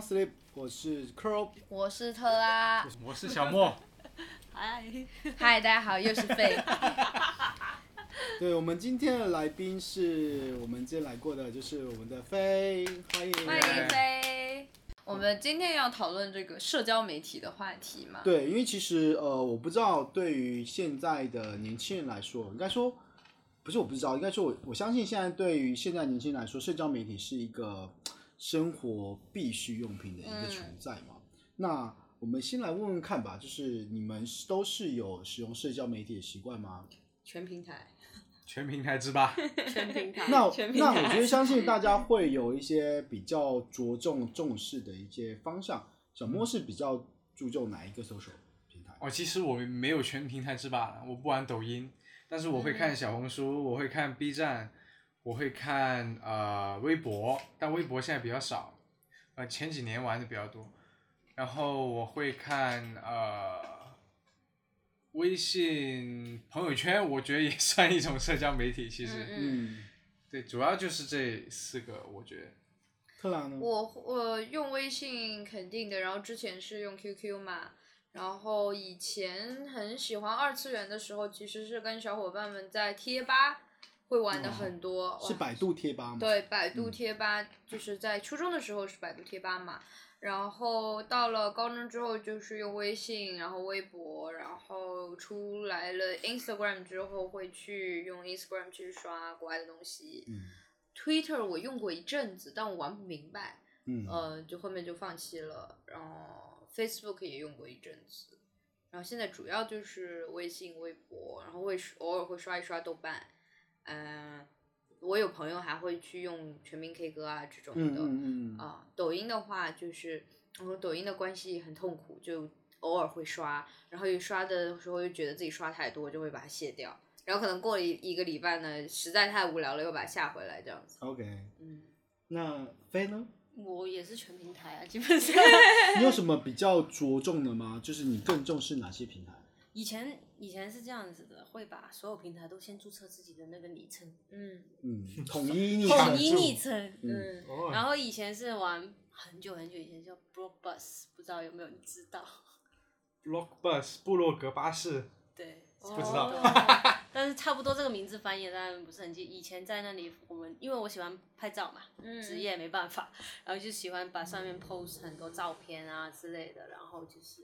Sleep，我是 Curl，我是特 拉，我是小莫，嗨，嗨，大家好，又是费。对我们今天的来宾是我们之前来过的，就是我们的飞，欢迎，欢迎对飞。我们今天要讨论这个社交媒体的话题嘛？对，因为其实呃，我不知道对于现在的年轻人来说，应该说不是我不知道，应该说我我相信现在对于现在年轻人来说，社交媒体是一个生活必需用品的一个嗯存在嘛。那我们先来问问看吧，就是你们是都是有使用社交媒体的习惯吗？全平台。全平台之霸，全 平台， 那全平那台，我觉得 嗯相信大家会有一些比较着重重视的一些方向。小莫是比较注重哪一个 social 平台？哦，其实我没有全平台之霸的，我不玩抖音，但是我会看小红书，我会看 B 站，我会看呃微博，但微博现在比较少，呃前几年玩的比较多，然后我会看呃微信朋友圈，我觉得也算一种社交媒体，其实、嗯嗯，对，主要就是这四个，我觉得。特朗呢？我我用微信肯定的，然后之前是用 QQ 嘛，然后以前很喜欢二次元的时候，其实是跟小伙伴们在贴吧会玩的很多。哇哦是百度贴吧吗？，对，百嗯度贴吧、就是在初中的时候是百度贴吧嘛，然后到了高中之后就是用微信，然后微博，然后出来了 Instagram 之后会去用 Instagram 去刷国外的东西。嗯 Twitter 我用过一阵子，但我玩不明白，嗯，呃，就后面就放弃了。然后 Facebook 也用过一阵子，然后现在主要就是微信、微博，然后会偶尔会刷一刷豆瓣。嗯、我有朋友还会去用全民 K 歌啊这种嗯的。嗯嗯嗯，啊、抖音的话就是我和抖音的关系很痛苦，就偶尔会刷，然后有刷的时候又觉得自己刷太多，就会把它卸掉。然后可能过了一一个礼拜呢，实在太无聊了，又把它下回来这样子。 OK，嗯，那飞呢？我也是全平台啊，基本上 你有什么比较着重的吗？就是你更重视哪些平台？以前以前是这样子的，会把所有平台都先注册自己的那个昵称，嗯嗯，统一昵统称一昵称，嗯，然后以前是玩很久很久以前叫 Brobus，不知道有没有人知道？ Block Bus 部落格巴士，对，不知道 哦。但是差不多这个名字翻译，但不是很记。以前在那里，我们因为我喜欢拍照嘛，嗯职业没办法，然后就喜欢把上面 post 很多照片啊之类的，然后就是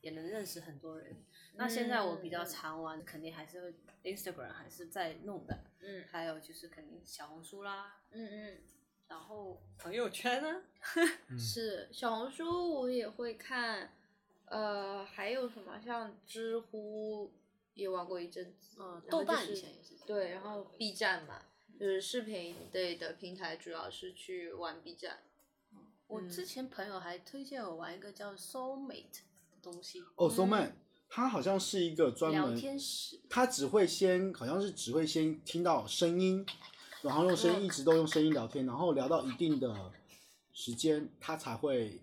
也能认识很多人。那现在我比嗯较常玩，肯定还是会 Instagram 还是在弄的，嗯还有就是肯定小红书啦，嗯嗯然后朋友圈啊，嗯，是小红书我也会看，呃，还有什么像知乎也玩过一阵子，嗯，然后豆瓣就是以前也是。对，然后 B 站嘛，就是视频类的平台，主要是去玩 B 站。我嗯之前朋友还推荐我玩一个叫 Soulmate 的东西，哦，So 嗯 Man，他好像是一个专聊门天室。他只会先好像是只会先听到声音，然后用声嗯音一直都用声音聊天，然后聊到一定的时间，他才会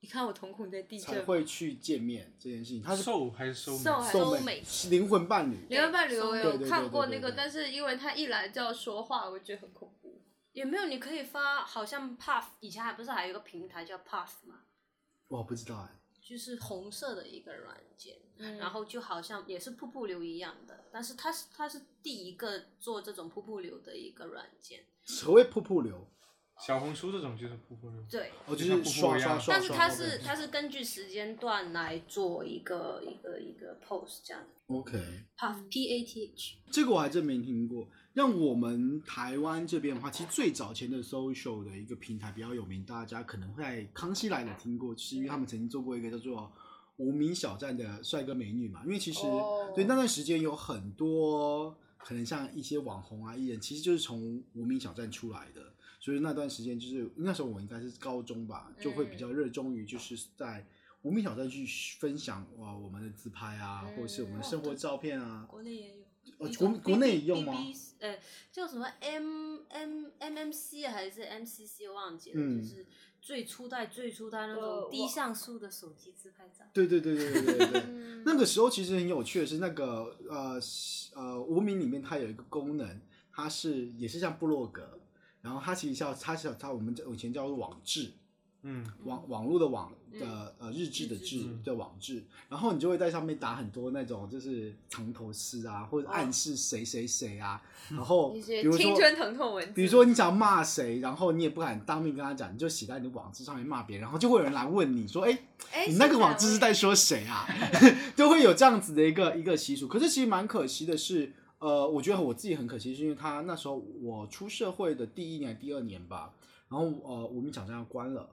你看我瞳孔在地才震。会去见面这件事情。他是瘦还是收瘦还是送收美美是灵魂伴侣，灵魂伴侣我对有对对看对过对对那个，对但是因为他一来就要说话，我觉得很恐怖。也没有，你可以发，好像 Puff 以前还不是还有一个平台叫 Puff 嘛，我不知道哎、就是红色的一个软件，嗯然后就好像也是瀑布流一样的，但是它是它是第一个做这种瀑布流的一个软件，所谓瀑布流，小红书这种就是瀑布流。对，哦，就是像瀑布刷一刷样刷，但是刷它刷是刷它是根据时间段来做一个一个一个 post 这样的 OK。嗯 Puff P A T H，这个我还真没听过。让我们台湾这边的话，其实最早前的 social 的一个平台比较有名，大家可能会在《康熙来了》听过，就是因为他们曾经做过一个叫做“无名小站”的帅哥美女嘛。因为其实、哦对那段时间有很多可能像一些网红啊艺人，其实就是从无名小站出来的。所以那段时间就是那时候我应该是高中吧，就会比较热衷于就是在无名小站去分享哇我们的自拍啊，或者是我们的生活照片啊。国内也哦有。一国种国内 B B- 用吗 BBC 呃，叫什么 M M M M C 还是 M C C 忘记了，嗯就是最初代最初代那呃我种低像素的手机自拍照。对对对对对对 对。嗯那个时候其实很有趣的是，那个呃呃无名里面它有一个功能，它是也是像部落格，然后它其实叫它是叫它我们以前叫做网志，嗯网网络的网嗯的呃日志的日志志嗯的网志，然后你就会在上面打很多那种就是藏头诗啊，或者暗示谁谁谁 啊，然后哦一比些如说青春疼痛文字比如说你想骂谁，然后你也不敢当面跟他讲，你就写在你的网志上面骂别人，然后就会有人来问你说，哎，哎，你那个现在网志是我也在说谁啊？ 就会有这样子的一个一个习俗。可是其实蛮可惜的是，呃，我觉得我自己很可惜，是因为他那时候我出社会的第一年、第二年吧，然后呃，无名小站要关了，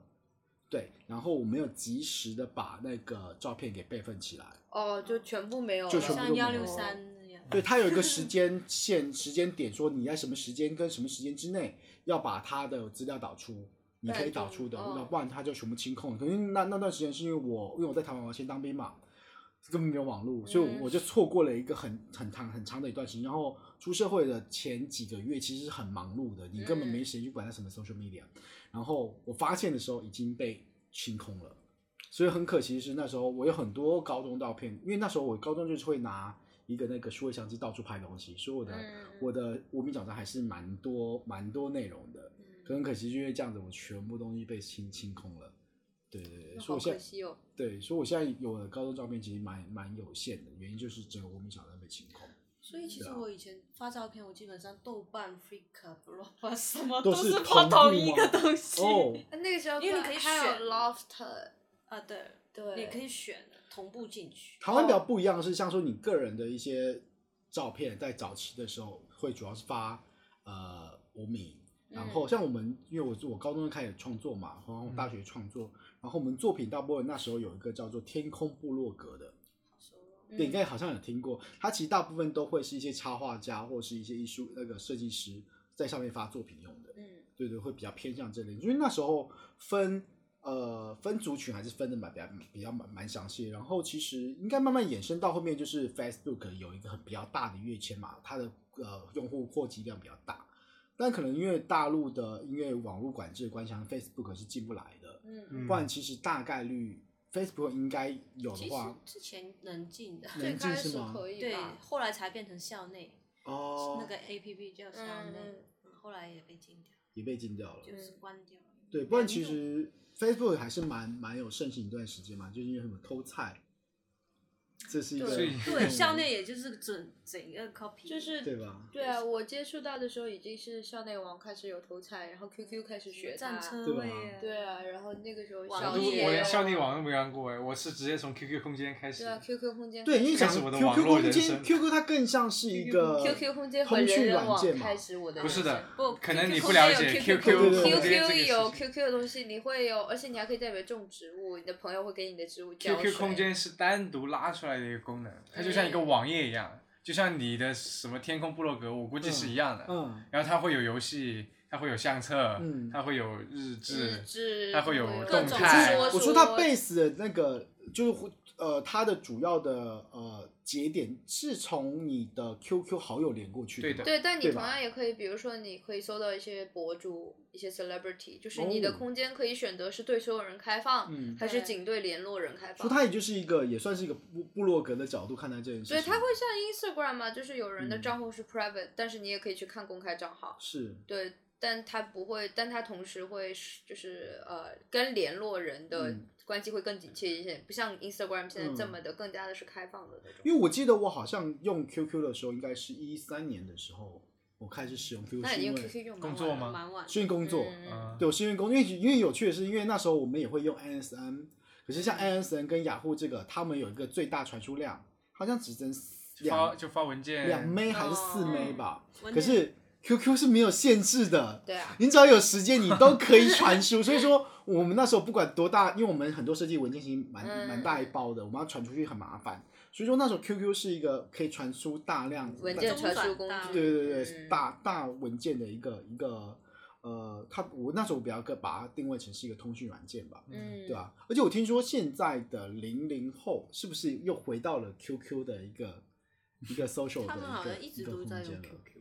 对，然后我没有及时的把那个照片给备份起来。哦，就全部没有了，就全部像都幺没有六了三那样。对，它有一个时间线、时间点，说你在什么时间跟什么时间之内要把它的资料导出，你可以导出的，对嗯要不然它就全部清空了。可是那那段时间是因为我，因为我在台湾我先当兵嘛，根本没有网络，所以嗯我就错过了一个很很长很长的一段时间。然后出社会的前几个月其实是很忙碌的，你根本嗯没时间去管它什么 social media。然后我发现的时候已经被清空了。所以很可惜是那时候我有很多高中照片，因为那时候我高中就是会拿一个那个数位相机到处拍东西，所以我的、嗯啊我的无名小站还是蛮多蛮多内容的。嗯可很可惜，因为这样子我全部东西被清清空了。对对对，所那以好我现可在惜哦。对，所以我现在有的高中照片其实蛮蛮有限的，原因就是整个无名小站被清空，所以其对实啊我以前发照片，我基本上豆瓣、Flickr、Blogger 什么都是同发步同一吗个东西。哦，那个时候因为你可以还有选 Loft，啊，对，对，你可以选同步进去。台湾比较不一样的是，像说你个人的一些照片，在早期的时候会主要是发呃无名，然后像我们，因为我是我高中就开始创作嘛，然后大学创作，然后我们作品大部分那时候有一个叫做天空部落格的，嗯对，应该好像有听过，它其实大部分都会是一些插画家或是一些艺术那个设计师在上面发作品用的，嗯对对，会比较偏向这类，因为那时候分呃分族群还是分的蛮比较比较蛮蛮详细。然后其实应该慢慢衍生到后面，就是 Facebook 有一个很比较大的跃迁嘛，它的呃用户扩及量比较大，但可能因为大陆的因为网络管制的关系好像，Facebook 是进不来的，嗯，嗯不然其实大概率 Facebook 应该有其的实话。之前能进的，能最进开是始吗？可以对吧？，后来才变成校内，哦，那个 A P P 叫校嗯内嗯，后来也被禁掉，也被禁掉了。就是关掉了。对，不然其实 Facebook 还是蛮蛮有盛行一段时间嘛，就是因为什么偷菜，这是一个对所以嗯对校内也就是整整个 copy，就是 对吧？对啊，我接触到的时候已经是校内网开始有投菜，然后 QQ 开始学它站。车对吧位啊，对啊，然后那个时候网小我页叶连啊校内网都没玩过哎，我是直接从 QQ 空间开始对。啊，QQ 空间对，因为讲开始我的 QQ 网络空人间生，QQ 它更像是一个 QQ 空间和通人讯人软网件嘛开。始我的不是人的生，不可能 QQ 你不了解空间有 QQ 对对对空间 QQ 有这个事情 QQ 的东西，你会有，而且你还可以在里面种植物，你的朋友会给你的植物浇水。 QQ 空间是单独拉出来的一个功能，它就像一个网页一样，就像你的什么天空部落格，我估计是一样的。嗯，然后它会有游戏，它会有相册，嗯它会有日日志，志，它会有各动种态。哎我说说它 base 的那个就是呃，它的主要的呃节点是从你的 QQ 好友连过去对的嘛，的对，但你对同吧样也可以，比如说你可以搜到一些博主、一些 celebrity，就是你的哦空间可以选择是对所有人开放，嗯还是对仅对联络人开所放以。它也就是一个也算是一个部部落格的角度看待这件事情。对，它会像 Instagram 嘛，就是有人的嗯账户是 private，、但是你也可以去看公开账号。是对，但它不会，但它同时会是就是呃，跟联络人的嗯关系会更紧切一些，不像 Instagram 现在这嗯么的更加的是开放的那种。因为我记得我好像用 QQ 的时候，应该是一三年的时候，我开始使用 QQ，那是你因用为 QQ 用工蛮作晚的吗蛮晚的。是因为工作，嗯嗯对，我是因为工作，因为因为有趣的是，因为那时候我们也会用 NSN，可是嗯像 NSN 跟雅虎这个，他们有一个最大传输量，好像只增就发两就发文件，两 M 还是四哦 M 吧，文可件是 QQ 是没有限制的，对啊，你只要有时间，你都可以传 输。所以说，我们那时候不管多大，因为我们很多设计文件其实蛮嗯蛮大一包的，我们要传出去很麻烦。所以说那时候 QQ 是一个可以传输大量文大件中传转输工大具，对对对对，嗯大大文件的一个一个呃，它我那时候比较个把它定位成是一个通讯软件吧，嗯，对吧、而且我听说现在的零零后是不是又回到了 QQ 的一个一个 social 他的们好一个像一一直个都空在间用了？ QQ，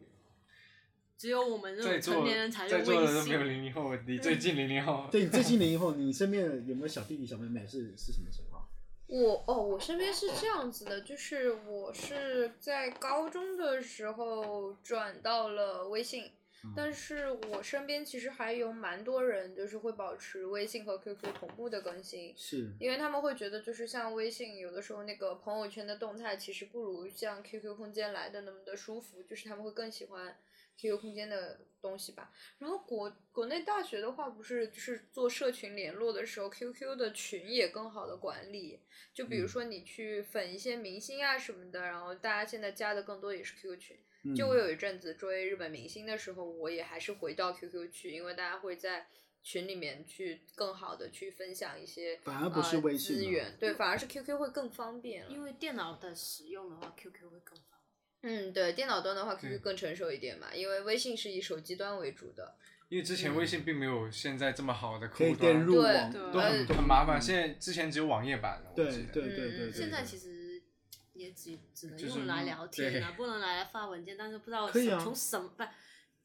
只有我们这在种座成年人才在用座微的都没有信。零零后，你最近零零后。对你最近零零后，你身边的有没有小弟弟小妹妹是是什么情况？我哦，我身边是这样子的，就是我是在高中的时候转到了微信，嗯但是我身边其实还有蛮多人就是会保持微信和 QQ 同步的更新，是因为他们会觉得就是像微信有的时候那个朋友圈的动态其实不如像 QQ 空间来的那么的舒服，就是他们会更喜欢 QQ 空间的东西吧。然后国国内大学的话，不是就是做社群联络的时候，QQ 的群也更好的管理。就比如嗯说你去粉一些明星啊什么的，然后大家现在加的更多也是 QQ 群。嗯就我有一阵子追日本明星的时候，我也还是回到 QQ 去，因为大家会在群里面去更好的去分享一些反而不是呃微信资了源，对，反而是 QQ 会更方便了。因为电脑的使用的话，QQ 会更方嗯，对，电脑端的话 QQ 对更成熟一点嘛，因为微信是以手机端为主的。因为之前微信并没有现在这么好的可客以户电端，入对网，对都呃很很麻烦。嗯现在之前只有网页版的，我对记得对对嗯对对，便。现在对其实也只只能就是用来聊天啊对，不能来发文件，但是不知道可以什啊从什么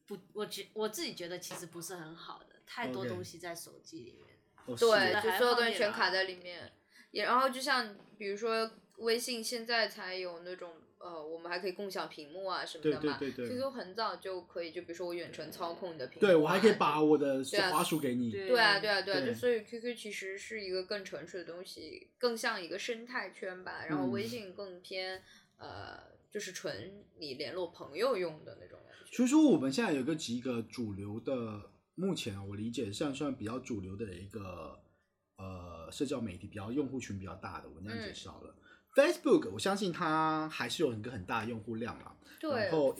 不不，我觉我自己觉得其实不是很好的，太多 OK 东西在手机里面。哦对，是的就还所有方东西便全了卡在里面。也然后就像比如说微信现在才有那种呃，我们还可以共享屏幕啊什么对的对嘛。对对 QQ 很早就可以，就比如说我远程操控你的屏幕、啊。对我还可以把就。我的对啊滑鼠给你，对啊，对啊，对啊，就对所以 QQ 其实是一个更成熟的东西，更像一个生态圈吧。然后微嗯信更偏、呃，就是纯你联络朋友用的那种感觉。所以说我们现在有个几个主流的，目前啊我理解上算比较主流的一个呃社交媒体，比较用户群比较大的，我这样介嗯绍了。Facebook 我相信它还是有一个很大的用户量啦，对，然后 Facebook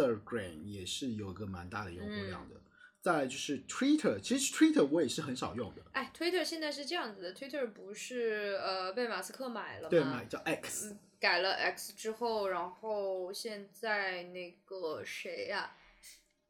嗯 Instagram 也是有个蛮大的用户量的。再来就是 Twitter，其实 Twitter 我也是很少用的，哎，Twitter 现在是这样子的，Twitter 不是呃被马斯克买了吗？对，买叫 X，嗯，改了 X 之后，然后现在那个谁呀、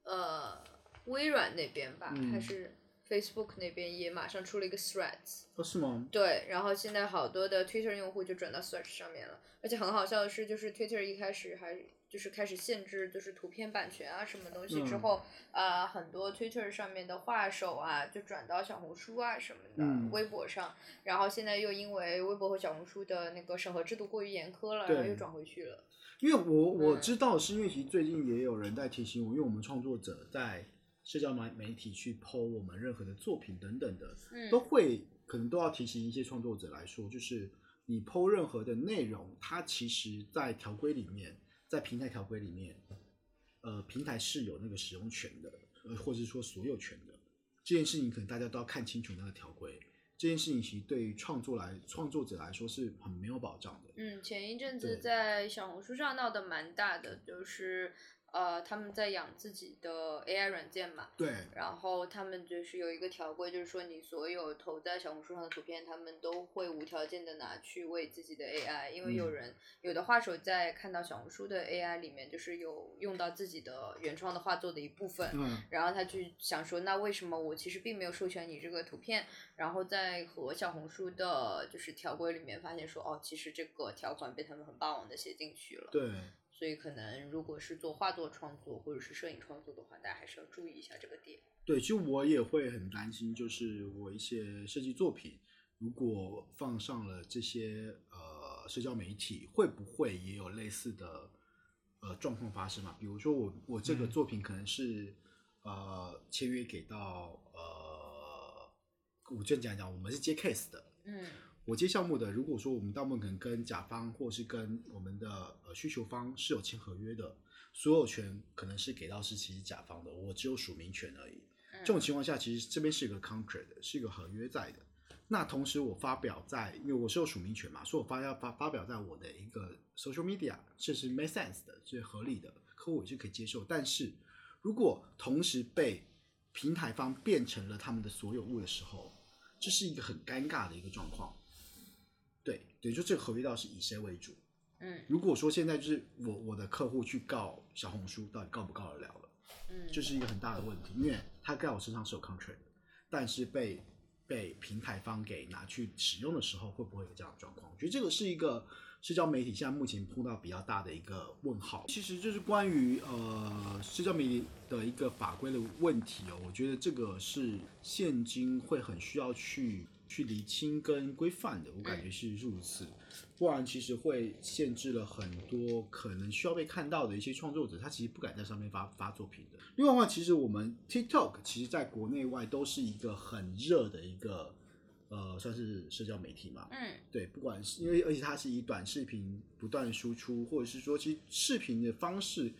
呃，微软那边吧，嗯还是 Facebook 那边也马上出了一个 Threads，哦是吗？对，然后现在好多的 Twitter 用户就转到 Threads 上面了，而且很好笑的是，就是 Twitter 一开始还就是开始限制就是图片版权啊什么东西之嗯后，呃，很多 Twitter 上面的画手啊就转到小红书啊什么的、嗯微博上，然后现在又因为微博和小红书的那个审核制度过于严苛了，然后对又转回去了。因为我我嗯知道是因为其实最近也有人在提醒我，因为我们创作者在社交媒媒体去 PO 我们任何的作品等等的，嗯都会可能都要提醒一些创作者来说，就是你 PO 任何的内容，它其实在条规里面，在平台条规里面，呃，平台是有那个使用权的，呃，或者是说所有权的。这件事情可能大家都要看清楚那个条规。这件事情其实对于创作来创作者来说是很没有保障的。嗯，前一阵子对在小红书上闹得蛮大的，就是呃他们在养自己的 AI 软件嘛，对，然后他们就是有一个条规，就是说你所有投在小红书上的图片，他们都会无条件的拿去喂自己的 AI，因为有嗯人、有的画手在看到小红书的 AI 里面，就是有用到自己的原创的画作的一部分，嗯。然后他去想说，那为什么我其实并没有授权你这个图片？然后在和小红书的就是条规里面发现说，哦，其实这个条款被他们很霸王的写进去了。对，所以可能如果是做画作创作或者是摄影创作的话，大家还是要注意一下这个点。对，其实我也会很担心，就是我一些设计作品，如果放上了这些呃社交媒体，会不会也有类似的呃状况发生嘛？比如说我我这个嗯作品可能是、呃签约给到呃，我这样讲讲，我们是接 case 的，嗯我接项目的，如果说我们大部分可能跟甲方或是跟我们的呃需求方是有签合约的，所有权可能是给到是其实甲方的，我只有署名权而已。嗯嗯这种情况下，其实这边是一个 contract，是一个合约在的。那同时我发表在，因为我是有署名权嘛，所以我发要发发表在我的一个 social media，这是 make sense 的，是合理的，客户也是可以接受。但是如果同时被平台方变成了他们的所有物的时候，这是一个很尴尬的一个状况。对，等于说这个合约到底是以谁为主？嗯如果说现在就是我我的客户去告小红书，到底告不告得了了？嗯，这是一个很大的问题，因为他在我身上是有 contract 的，但是被被平台方给拿去使用的时候，会不会有这样的状况？我觉得这个是一个社交媒体现在目前碰到比较大的一个问号。其实就是关于呃社交媒体的一个法规的问题哦，我觉得这个是现今会很需要去去厘清跟规范的，我感觉是如此。不然其实会限制了很多可能需要被看到的一些创作者，他其实不敢在上面发发作品的。另外的话，其实我们 TikTok 其实在国内外都是一个很热的一个呃，算是社交媒体嘛。嗯对，不管是因为而且它是以短视频不断输出，或者是说，其实视频的方式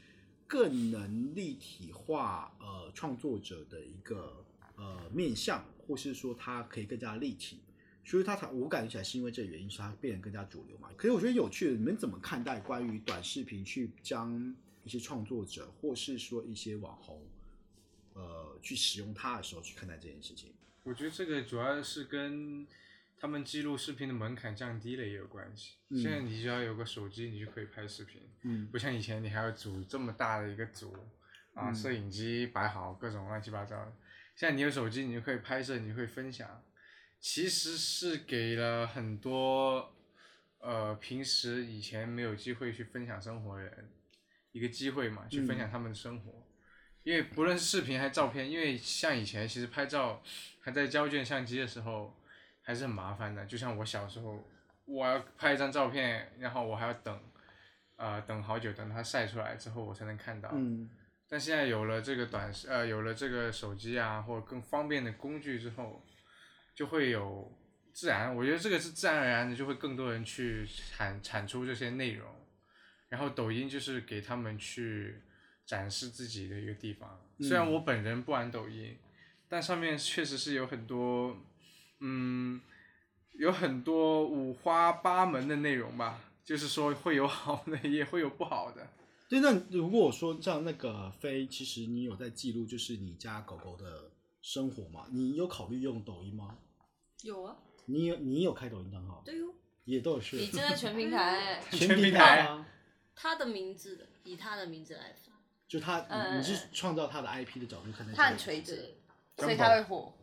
更能立体化呃创作者的一个呃面向，或是说它可以更加立体。所以它才我感觉起来是因为这个原因，所以它变得更加主流嘛。可是我觉得有趣的，你们怎么看待关于短视频去将一些创作者或是说一些网红呃去使用它的时候去看待这件事情？我觉得这个主要是跟他们记录视频的门槛降低了也有关系。嗯现在你只要有个手机，你就可以拍视频，嗯不像以前你还要组这么大的一个组啊，嗯摄影机摆好，各种乱七八糟的。现在你有手机，你就可以拍摄，你就可以分享，其实是给了很多呃平时以前没有机会去分享生活的人一个机会嘛，去分嗯享他们的生活。因为不论是视频还是照片，因为像以前其实拍照还在胶卷相机的时候还是很麻烦的。就像我小时候，我要拍一张照片，然后我还要等，呃，等好久，等它晒出来之后我才能看到。嗯但现在有了这个短视呃，有了这个手机啊，或者更方便的工具之后，就会有自然，我觉得这个是自然而然的，就会更多人去产产出这些内容。然后抖音就是给他们去展示自己的一个地方。虽然嗯我本人不玩抖音，但上面确实是有很多，嗯，有很多五花八门的内容吧。就是说会有好的，也会有不好的。对，那如果说像那个飞，其实你有在记录，就是你家狗狗的生活嘛？你有考虑用抖音吗？有啊，你有你有开抖音账号？对哟，也都是你真的全平台哎，全全平平台台啊，他的名字的，以他的名字来发，就它，嗯你你是创造它的 IP 的角度看待这个，它很垂直对，，所以它会火。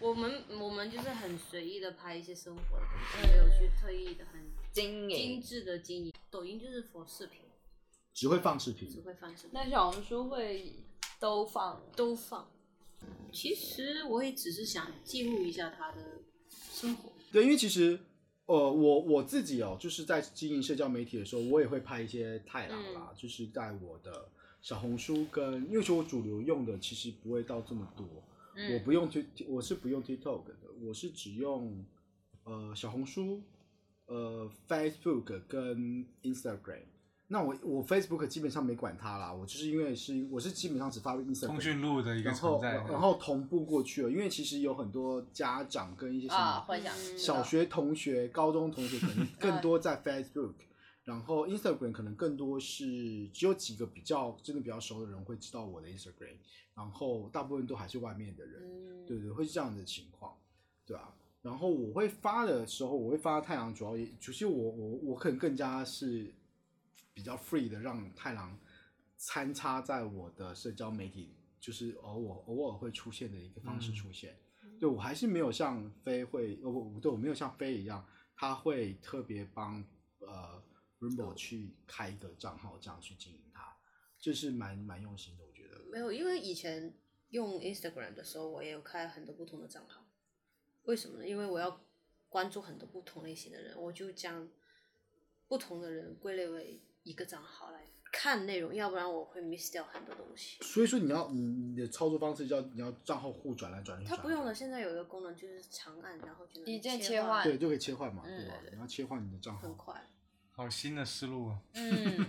我们我们就是很随意的拍一些生活的东西，没有去特意的很经精致的经营。抖音就是佛视频，只会放视频只。会放视频。那嗯小红书会都放，都放。其实我也只是想记录一下他的生活。对，因为其实呃，我我自己哦，就是在经营社交媒体的时候，我也会拍一些太郎啦，嗯就是在我的小红书跟，因为其实我主流用的其实不会到这么多，我嗯不用 T，我是不用 TikTok 的，我是只用呃小红书、呃 Facebook 跟 Instagram。那我我 Facebook 基本上没管它啦，我就是因为是我是基本上只发 Instagram，通讯录的一个然存后在。然后同步过去了，因为其实有很多家长跟一些什啊，么幻想嗯小学同学、高中同学可 能更多在 Facebook，然后 Instagram 可能更多是只有几个比较真的比较熟的人会知道我的 Instagram，然后大部分都还是外面的人。嗯，对对，会是这样的情况，对啊。然后我会发的时候，我会发太阳，主要也其实我我我可能更加是比较 free 的，让太郎参插在我的社交媒体，就是偶尔偶尔会出现的一个方式嗯出现。对我还是没有像飞会，呃，我对我没有像飞一样，他会特别帮呃 Rainbow 去开一个账号，这样去经营它，这是蛮蛮用心的，我觉得。没有，因为以前用 Instagram 的时候，我也有开很多不同的账号。为什么呢？因为我要关注很多不同类型的人，我就将不同的人归类为一个账号来看内容，要不然我会 miss 掉很多东西。所以说你要你你的操作方式叫你要账号互转来转去，它不用了，了，现在有一个功能就是长按，然后就能一键切切换对，就可以切换嘛，嗯对吧对？对你要切换你的账很号，快。好新的思路啊！嗯，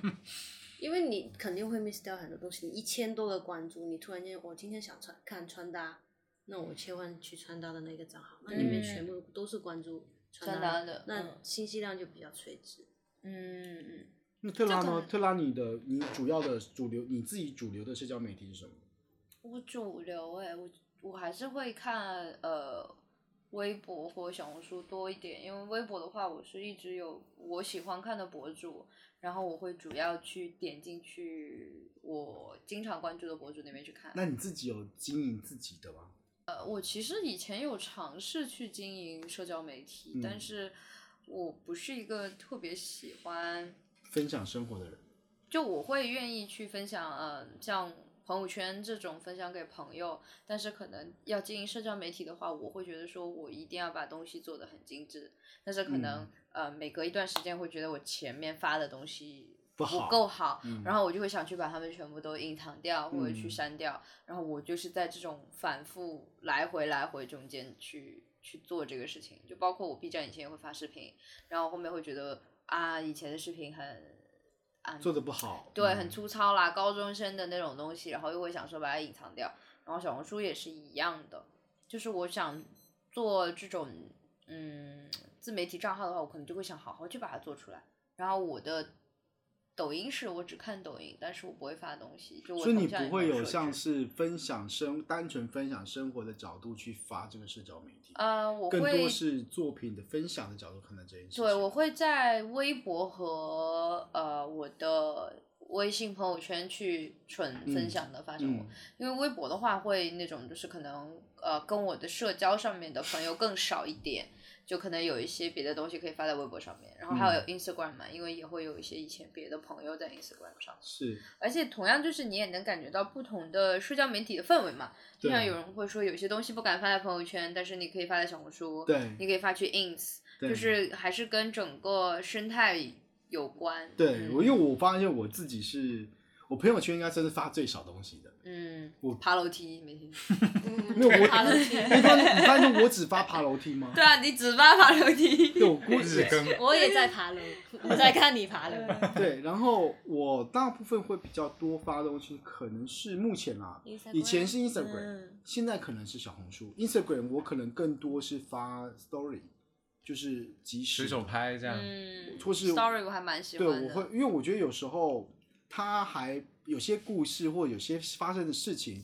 因为你肯定会 miss 掉很多东西，你一千多个关注，你突然间我今天想穿看穿搭，那我切换去穿搭的那个账号，那里面嗯全部都是关注穿穿搭的，嗯的，那信息量就比较垂直。嗯嗯，那特拉这个呢？特拉你的你主要的主流你自己主流的社交媒体是什么？ 我主流哎、我我还是会看呃微博或小红书多一点，因为微博的话，我是一直有我喜欢看的博主，然后我会主要去点进去我经常关注的博主那边去看。那你自己有经营自己的吗？呃，我其实以前有尝试去经营社交媒体，但嗯是我不是一个特别喜欢。分享生活的人，就我会愿意去分享，呃，像朋友圈这种分享给朋友，但是可能要经营社交媒体的话，我会觉得说我一定要把东西做得很精致，但是可嗯能、呃每隔一段时间会觉得我前面发的东西不不好够好，嗯然后我就会想去把它们全部都隐藏掉或者去嗯删掉，然后我就是在这种反复来回来回中间去去做这个事情，就包括我 B 站以前也会发视频，然后后面会觉得啊以前的视频很啊做的不好，对，嗯很粗糙啦，高中生的那种东西，然后又会想说把它隐藏掉。然后小红书也是一样的，就是我想做这种嗯自媒体账号的话，我可能就会想好好去把它做出来。然后我的抖音是我只看抖音，但是我不会发东西，就我所以你头像也不会没有设像置是分享生单纯分享生活的角度去发这个社交媒体，呃，我更会多是作品的分享的角度看待这件事情。对，我会在微博和呃我的微信朋友圈去纯分嗯享的发生我嗯因为微博的话会那种就是可能呃跟我的社交上面的朋友更少一点，就可能有一些别的东西可以发在微博上面，然后还有嗯 Instagram 嘛，因为也会有一些以前别的朋友在 Instagram 上，是而且同样就是你也能感觉到不同的社交媒体的氛围嘛，就对像有人会说有些东西不敢发在朋友圈，但是你可以发在小红书，对你可以发去 ins，对就是还是跟整个生态有关，对，嗯我因为我发现我自己是我朋友圈应该算是发最少东西的，嗯我爬楼梯每 天。嗯没有我，爬楼梯哎，但是你发现我只发爬楼梯吗？ 对啊，你只发爬 楼梯。对，我估计日更我也在爬楼，我在看你爬嗯楼。对，然后我大部分会比较多发的东西，可能是目前啊， Instagram 以前是 Instagram，、嗯现在可能是小红书。Instagram 我可能更多是发 Story，就是即时随的手，拍这样。嗯，或是 story 我还蛮喜对，欢的。我会，因为我觉得有时候它还有些故事或有些发生的事情，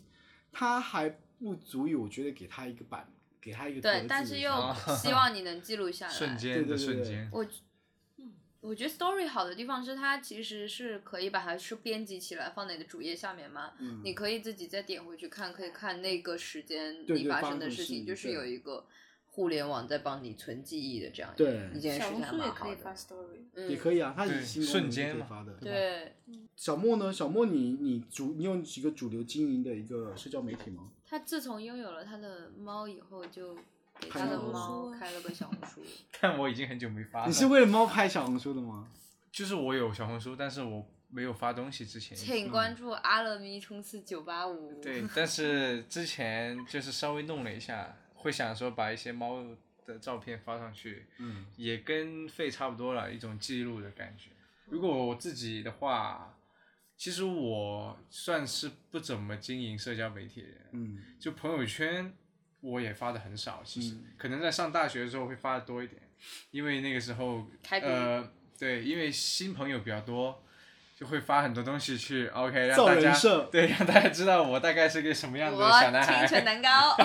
它还不足以我觉得给它一个版，给它一个格对子，啊但的是时又候 希望你能记录下来。瞬对间对的对瞬对间，我，我觉得 story 好的地方是它其实是可以把它是编辑起来放在你的主页下面嘛，嗯你可以自己再点回去看，可以看那个时间对你对发发生生的什么事情，事就是对有一个互联网在帮你存记忆的这样对一件事小红情，还书也蛮可好以发的。嗯 story，也可以啊，它以对新功瞬能就间可以嘛发的。对吧对，小莫呢？小莫你，你主你有几个主流经营的一个社交媒体吗？他自从拥有了他的猫以后，就给开他的小红猫书啊开了个小红书。但我已经很久没发了。你是为了猫拍小红书的吗？就是我有小红书，但是我没有发东西之前。请关注阿乐咪冲刺九八五。对，但是之前就是稍微弄了一下，会想说把一些猫的照片发上去，嗯，也跟肺差不多了，一种记录的感觉。如果我自己的话，其实我算是不怎么经营社交媒体的人，嗯，就朋友圈我也发的很少，其实、嗯可能在上大学的时候会发的多一点，因为那个时候开辟呃对，因为新朋友比较多，就会发很多东西去 OK 让造大人家设对让大家知道我大概是个什么样子的我小男孩清。纯难 高，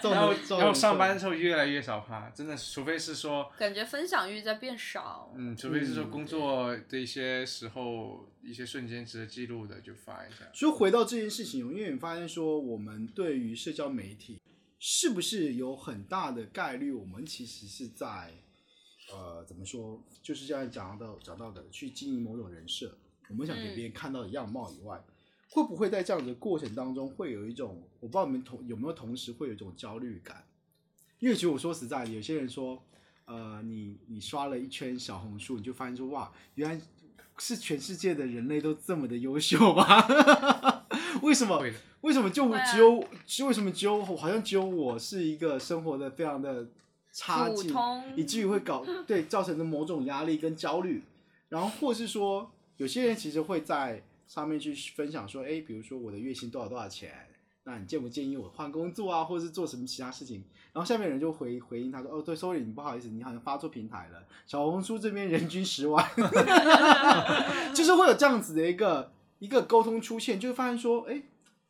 造然后人造然后人上设班的时候越来越少发，真的，除非是说。感觉分享欲在变少。嗯，除非是说嗯工作的一些时候、一些瞬间值得记录的，就发一下。所以回到这件事情，因为你发现说，我们对于社交媒体是不是有很大的概率，我们其实是在呃怎么说，就是这样讲到讲到的，去经营某种人设，我们想给嗯别人看到的样貌以外，会不会在这样的过程当中，会有一种我不知道你们同有没有同时会有一种焦虑感？因为其实我说实在，的，有些人说，呃，你你刷了一圈小红书，你就发现说，哇，原来是全世界的人类都这么的优秀吗？ 为什么会的？为什么就会啊只有、就为什么只有我好像只有我是一个生活的非常的差普劲，通以至于会搞对造成的某种压力跟焦虑，然后或是说有些人其实会在上面去分享说，哎，比如说我的月薪多少多少钱，那你建不建议我换工作啊，或是做什么其他事情？然后下面人就回回应他说，哦，对，sorry，你不好意思，你好像发错平台了，小红书这边人均十万， 就是会有这样子的一个一个沟通出现，就会发现说，哎，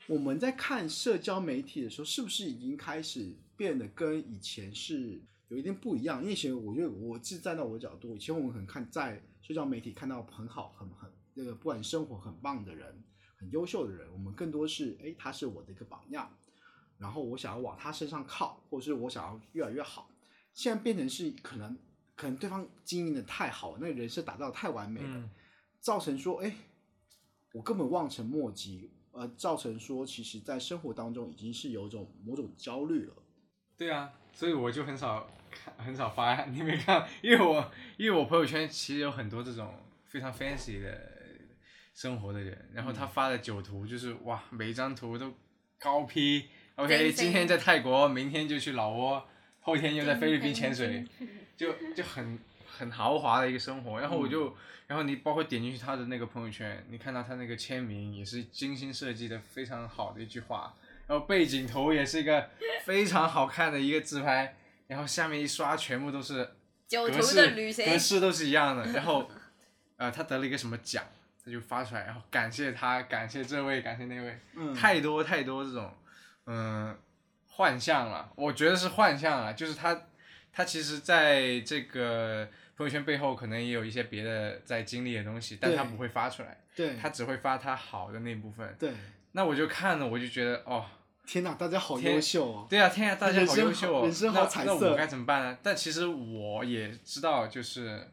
我们在看社交媒体的时候，是不是已经开始变得跟以前是有一点不一样？因为以前我觉得我是站到我的角度，以前我们可能看在社交媒体看到很好、很很那个，不管生活很棒的人、很优秀的人，我们更多是哎，他是我的一个榜样，然后我想要往他身上靠，或者是我想要越来越好。现在变成是可能可能对方经营的太好，那个人设打造的太完美了，嗯造成说，哎，我根本望尘莫及，呃，造成说其实在生活当中已经是有一种某种焦虑了。对啊，所以我就很少看，很少发，你没看，因为我因为我朋友圈其实有很多这种非常 fancy 的生活的人，然后他发的酒图就是、哇，每一张图都高 P。OK，真今天在泰国，明天就去老挝，后天又在菲律宾潜水，就就很很豪华的一个生活。然后我就，嗯然后你包括点进去他的那个朋友圈，你看到他那个签名也是精心设计的非常好的一句话，然后背景图也是一个非常好看的一个自拍，然后下面一刷全部都是九格头式的旅行，格式都是一样的。然 后，呃，他得了一个什么奖，他就发出来，然后感谢他，感谢这位，感谢那位，嗯太多太多这种，嗯、幻象了。我觉得是幻象啊，就是他，他其实在这个朋友圈背后可能也有一些别的在经历的东西，但对他不会发出来，对，他只会发他好的那部分。对，那我就看了，我就觉得哦，天哪，大家好天优秀哦！对啊，天啊，大家好优秀哦！人生好人生好彩色那那我该怎么办呢？但其实我也知道，就是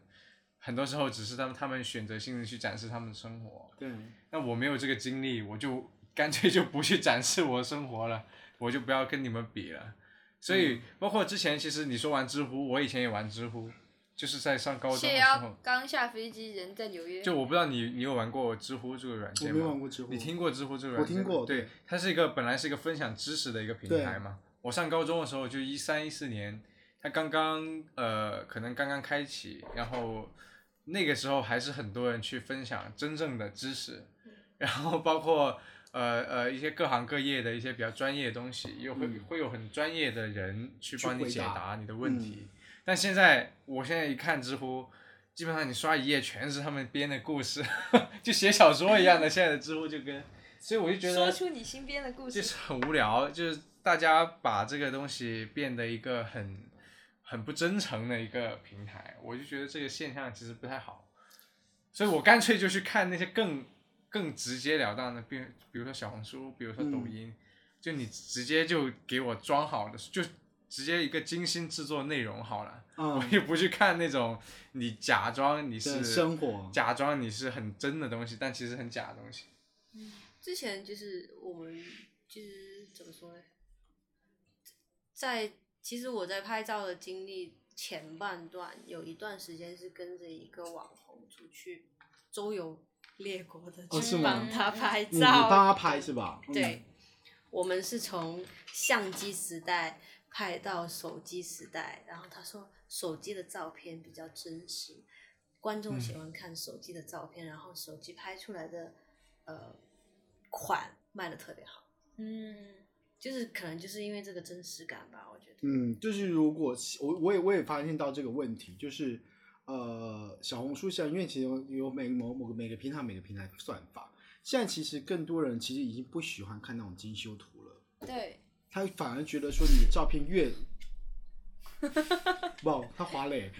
很多时候只是他们他们选择性的去展示他们的生活。对，那我没有这个经历，我就干脆就不去展示我的生活了，我就不要跟你们比了。所以，包括之前，其实你说玩知乎，我以前也玩知乎，就是在上高中谢的时邀候。刚下飞机，人在纽约，就我不知道你你有玩过知乎这个软我件吗？没玩过知乎，你听过知乎这个软件吗？我听过对对，它是一个本来是一个分享知识的一个平台嘛。我上高中的时候就一三一四年，它刚刚呃可能刚刚开启，然后那个时候还是很多人去分享真正的知识，然后包括呃呃一些各行各业的一些比较专业的东西，又会、嗯会有很专业的人去去帮你回解答嗯答你的问题。但现在我现在一看知乎。基本上你刷一页全是他们编的故事， 就写小说一样的。现在的知乎就跟，所以我就觉说得出你身边的故就事是。很无聊，就是大家把这个东西变得一个很很不真诚的一个平台，我就觉得这个现象其实不太好，所以我干脆就去看那些更更直截了当的，比如比如说小红书，比如说抖音，就你直接就给我装好的，就直接一个精心制作内容好了。嗯我， 也不去看那种你假装对，你是生活，假装你是很真的东西，但其实很假的 东西。之前就是我们就是怎么说呢，在其实我在拍照的经历前半段有一段时间是跟着一个网红出去周游列国的，哦是去吗帮他拍你你帮他照。拍是吧？嗯对，，我们是从相机时代拍到手机时代，然后他说手机的照片比较真实，观众嗯喜欢看手机的照片，然后手机拍出来的呃款卖的特别好，嗯，就是可能就是因为这个真实感吧，我觉得。嗯，就是如果我我也我也发现到这个问题，就是呃，小红书现在因为其实有有每某某个每个平台每个平台算法，现在其实更多人其实已经不喜欢看那种精修图了，对，他反而觉得说你的照片越。哇，他滑嘞，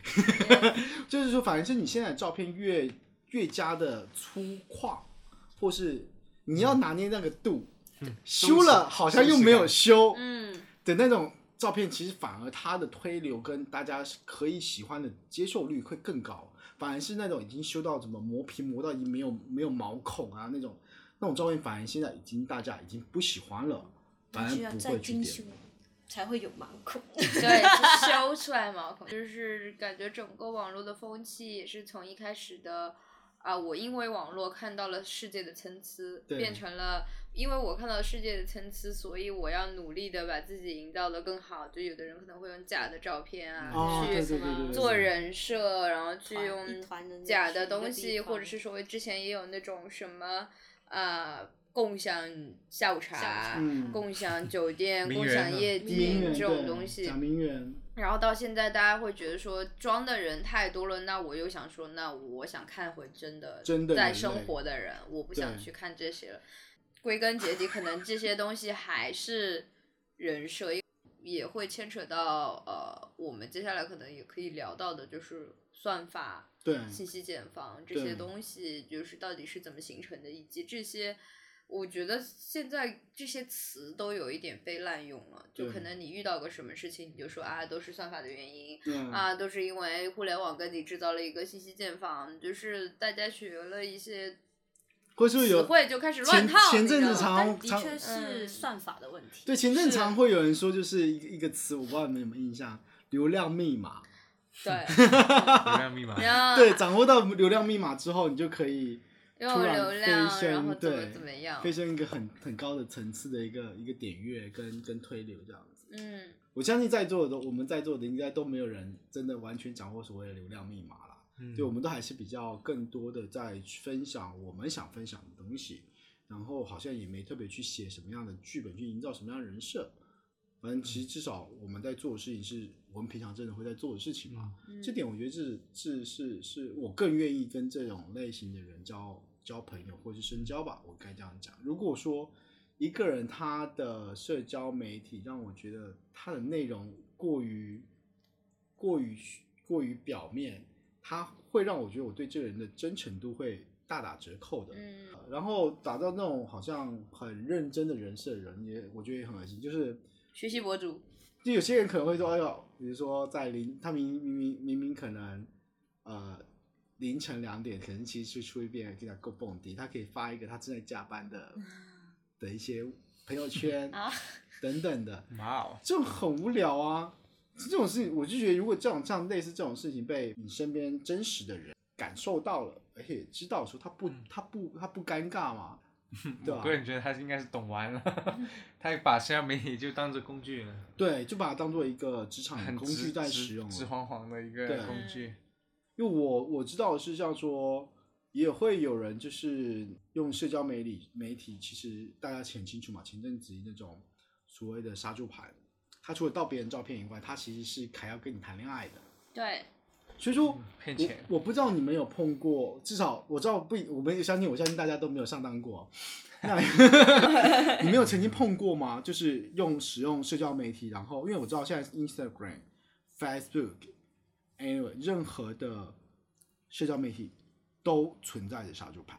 就是说，反正是你现在的照片越越加的粗犷，或是你要拿捏那个度，修了好像又没有修，嗯，的那种照片，其实反而它的推流跟大家可以喜欢的接受率会更高，反而是那种已经修到怎么磨皮磨到已经没有没有毛孔啊那种那种照片，反而现在已经大家已经不喜欢了，反需要而不再会去精点修。才会有毛孔。对，就修出来毛孔，就是感觉整个网络的风气也是从一开始的啊、我因为网络看到了世界的参差，对变成了因为我看到了世界的参差，所以我要努力的把自己营造的更好。就有的人可能会用假的照片啊，哦，去对对对对对，做人设，然后去团用 一团人假去的一个东地西，或者方是说之前也有那种什么呃共享下午茶、嗯共享酒店、名共媛享呢夜名景媛这种东西假。名媛，然后到现在，大家会觉得说装的人太多了，那我又想说，那我想看回真的真的在人生类活的人，我不想对去看这些了。归根结底，可能这些东西还是人设，也会牵扯到呃，我们接下来可能也可以聊到的，就是算法、对信息茧房嗯这对些东西，就是到底是怎么形成的，以及这些，我觉得现在这些词都有一点被滥用了。就可对能你遇到个什么事情，你就说啊，都是算法的原因，嗯，啊，都是因 为互联网跟你制造了一个信息茧房，就是大家学了一些或是会词有汇就开始乱前套。前你阵知子道吗常但的常确是嗯算法的问题。对前阵是常会有人说，就是一个一个词，我不知道你们有没有印象，流量密码。 对，流量密 码，然后对，掌握到流量密码之后，你就可以突又然流飞量，然升后怎么对怎么样飞？升一个很很高的层次的一个一个点阅跟跟推流这样子。嗯，我相信在座的都我们在座的应该都没有人真的完全掌握所谓的流量密码啦。嗯对，我们都还是比较更多的在分享我们想分享的东西，然后好像也没特别去写什么样的剧本去营造什么样的人设。反正其实至少我们在做的事情是我们平常真的会在做的事情嘛。嗯这点我觉得是是是是我更愿意跟这种类型的人交交朋友或是深交吧，我该这样讲。如果说一个人他的社交媒体让我觉得他的内容过于过于过于表面，他会让我觉得我对这个人的真诚度会大打折扣的。嗯呃然后打造那种好像很认真的人设的人，也我觉得也很恶心，就是。学习博主，就有些人可能会说，哎呦，比如说在凌，他明明明明明可能，呃，凌晨两点，可能其实去出一遍跟他够蹦迪，他可以发一个他正在加班的的一些朋友圈啊等等的，哇哦，这种很无聊啊。这种事情，我就觉得，如果这种这样类似这种事情被你身边真实的人感受到了，而且知道说他不他不他不尴尬嘛， 对啊吧我个人觉得他应该是懂玩了， 他把社交媒体就当做工具了，对，就把它当做一个职场很嗯工直具在直使用了直晃晃的一对个工具。因为我我知道的是像说，也会有人就是用社交媒体媒体，其实大家很清楚嘛，前阵子那种所谓的杀猪盘，他除了盗别人照片以外，他其实是还要跟你谈恋爱的。对，所以说，嗯骗我钱我不知道你们有碰过，至少我知道不，我们相信我相信大家都没有上当过。 那你们有曾经碰过吗？就是用使用社交媒体，然后因为我知道现在 Instagram、Facebook、anyway 任何的社交媒体都存在着杀猪盘。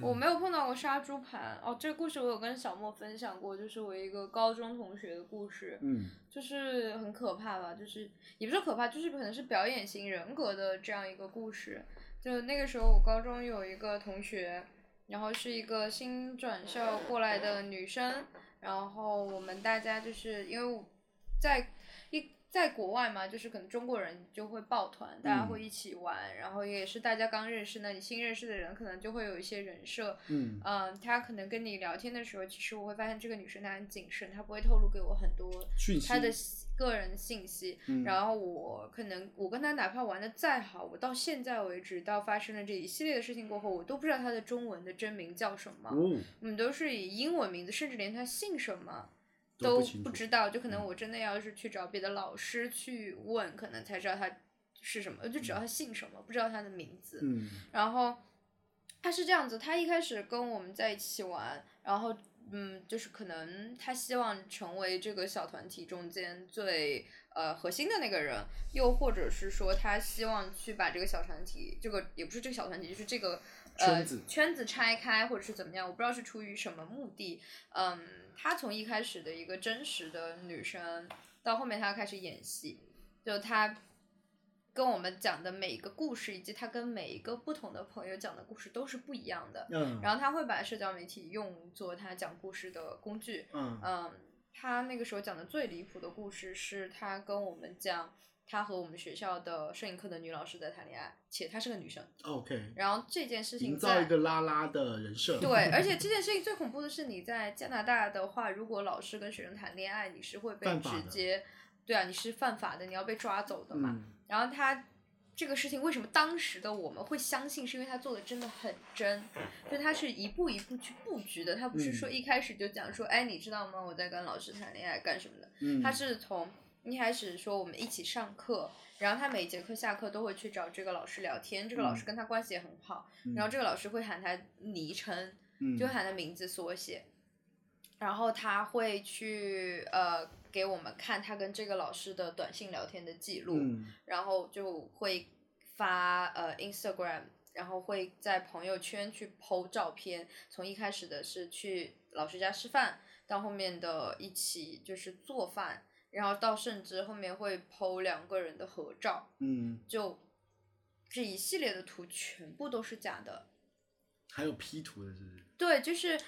我没有碰到过杀猪盘哦。这个故事我有跟小莫分享过，就是我一个高中同学的故事，嗯就是很可怕吧，就是也不是可怕，就是可能是表演型人格的这样一个故事。就那个时候，我高中有一个同学，然后是一个新转校过来的女生，然后我们大家就是因为我在一在国外嘛，就是可能中国人就会抱团，大家嗯会一起玩，然后也是大家刚认识，那你新认识的人可能就会有一些人设，嗯嗯，他可能跟你聊天的时候，其实我会发现这个女生她很谨慎，她不会透露给我很多讯息她的信个人信息。嗯然后我可能我跟她哪怕玩的再好，我到现在为止，到发生了这一系列的事情过后，我都不知道她的中文的真名叫什么，哦，我们都是以英文名字，甚至连她姓什么。都都不清楚不知道，就可能嗯我真的要是去找别的老师去问，可能才知道她是什么，就只知道她姓什么，不知道她的名字。嗯然后他是这样子，他一开始跟我们在一起玩，然后嗯，就是可能他希望成为这个小团体中间最呃核心的那个人，又或者是说他希望去把这个小团体，这个也不是这个小团体，就是这个。呃圈子，圈子拆开或者是怎么样，我不知道是出于什么目的。嗯，她从一开始的一个真实的女生，到后面她开始演戏，就他跟我们讲的每一个故事，以及他跟每一个不同的朋友讲的故事都是不一样的。嗯然后他会把社交媒体用作他讲故事的工具。嗯嗯，他那个时候讲的最离谱的故事是他跟我们讲，他和我们学校的摄影课的女老师在谈恋爱，且她是个女生。 ，OK，然后这件事情营在造一个拉拉的人设。对，而且这件事情最恐怖的是，你在加拿大的话，如果老师跟学生谈恋爱，你是会被犯直法的接，对啊，你是犯法的，你要被抓走的嘛。嗯然后他这个事情为什么当时的我们会相信，是因为他做的真的很真，就他是一步一步去布局的，他不是嗯说一开始就讲说，哎，你知道吗？我在跟老师谈恋爱干什么的，嗯，他是从。一开始说我们一起上课，然后他每节课下课都会去找这个老师聊天，这个老嗯师跟他关系也很好，嗯，然后这个老师会喊他昵称，嗯就喊他名字缩写，然后他会去呃给我们看他跟这个老师的短信聊天的记录，嗯然后就会发呃 Instagram，然后会在朋友圈去 PO 照片，从一开始的是去老师家吃饭，到后面的一起就是做饭，然后到甚至后面会 PO 两个人的合照，嗯就这一系列的图全部都是假的。还有 P 图的，是不是？对，就是，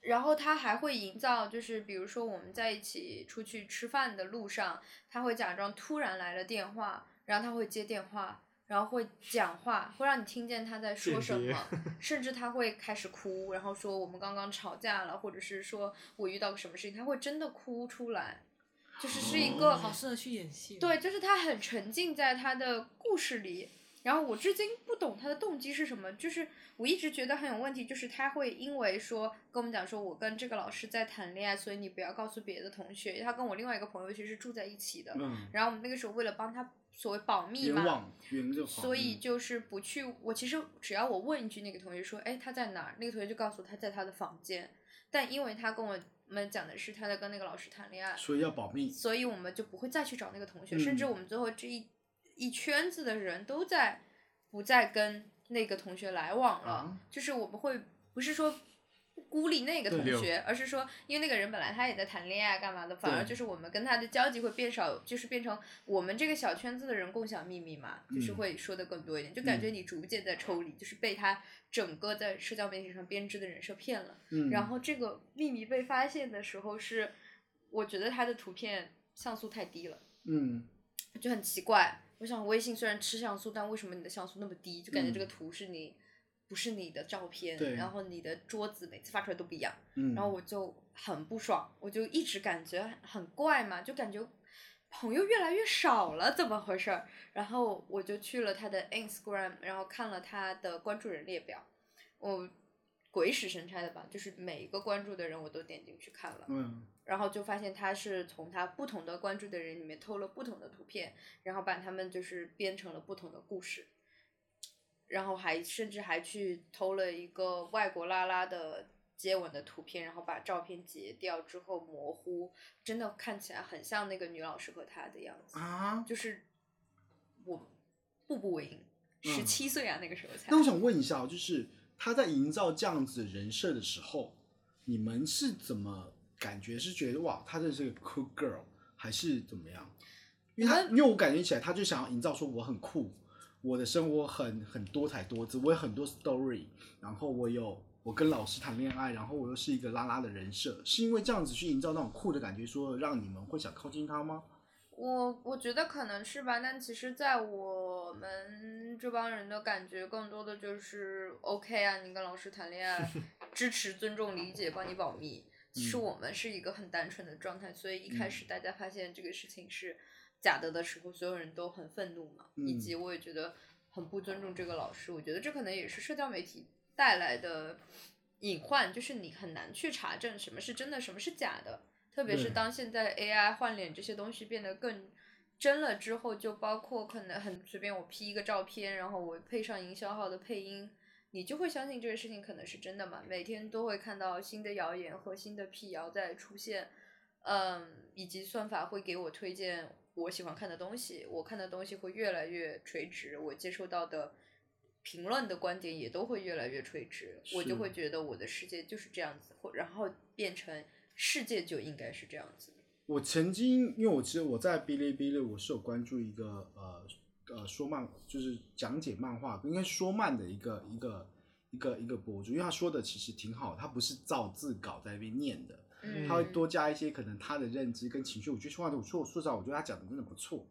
然后他还会营造，就是比如说我们在一起出去吃饭的路上，他会假装突然来了电话，然后他会接电话，然后会讲话，会让你听见他在说什间谍么，甚至他会开始哭，然后说我们刚刚吵架了，或者是说我遇到个什么事情，他会真的哭出来，就是是一个好适合去演戏。对，，就是他很沉浸在他的故事里。然后我至今不懂他的动机是什么，就是我一直觉得很有问题，就是他会因为说跟我们讲说，我跟这个老师在谈恋爱，所以你不要告诉别的同学。他跟我另外一个朋友其实是住在一起的，嗯，然后我们那个时候为了帮他所谓保密冤嘛，枉冤个谎所以嗯就是不去。我其实只要我问一句，那个同学说：“哎，他在哪儿？”那个同学就告诉我他在他的房间。但因为他跟我们讲的是他在跟那个老师谈恋爱，所以要保密。所以我们就不会再去找那个同学，嗯甚至我们最后这一一圈子的人都在不再跟那个同学来往了，啊就是我们会不是说。孤立那个同对学，而是说，因为那个人本来他也在谈恋爱，干嘛的，反而对就是我们跟他的交集会变少，就是变成我们这个小圈子的人共享秘密嘛，就是嗯会说的更多一点，就感觉你逐渐在抽离，就是被他整个在社交媒体上编织的人设骗了。嗯，然后这个秘密被发现的时候是，我觉得它的图片像素太低了，嗯，就很奇怪。我想微信虽然吃像素，但为什么你的像素那么低？就感觉这个图是你、不是你的照片，嗯对然后你的桌子每次发出来都不一样，嗯，然后我就很不爽，我就一直感觉很怪嘛，就感觉朋友越来越少了，怎么回事儿？然后我就去了他的 Instagram，然后看了他的关注人列表，我鬼使神差的吧，就是每一个关注的人我都点进去看了，嗯然后就发现他是从他不同的关注的人里面偷了不同的图片，然后把他们就是编成了不同的故事，然后还甚至还去偷了一个外国拉拉的接吻的图片，然后把照片截掉之后模糊，真的看起来很像那个女老师和他的样子，啊，就是我步步为营，十七岁啊、那个时候才嗯那我想问一下哦，就是他在营造这样子人设的时候，你们是怎么感觉？是觉得哇，她这是个 cool girl，还是怎么样？因为他，因为我感觉起来，他就想要营造说我很酷，我的生活很很多彩多姿，我有很多 story，然后我有我跟老师谈恋爱，然后我又是一个拉拉的人设，是因为这样子去营造那种酷的感觉，说让你们会想靠近他吗？我我觉得可能是吧，但其实在我们这帮人的感觉，更多的就是 OK 啊，你跟老师谈恋 爱，支持、尊重、理解，帮你保密。其实嗯我们是一个很单纯的状态，所以一开始大家发现这个事情是假的的时候，所有人都很愤怒嘛，以嗯及我也觉得很不尊重这个老师。我觉得这可能也是社交媒体带来的隐患，就是你很难去查证什么是真的，什么是假的。特别是对当现在 AI 换脸这些东西变得更真了之后，就包括可能很随便我 P 一个照片，然后我配上营销号的配音，你就会相信这个事情可能是真的嘛？每天都会看到新的谣言和新的辟谣在出现，嗯，以及算法会给我推荐我喜欢看的东西，我看的东西会越来越垂直，我接收到的。评论的观点也都会越来越垂直，我是就会觉得我的世界就是这样子，或然后变成世界就应该是这样子。我曾经，因为我其实我在哔哩哔哩，我是有关注一个呃呃说漫，就是讲解漫画，应该是说漫的一个一个一个一个博主，因为他说的其实挺好，他不是照字稿在那边念的，嗯，他会多加一些可能他的认知跟情绪。我觉得说话的不错，说实话，我觉得他讲的真的不错。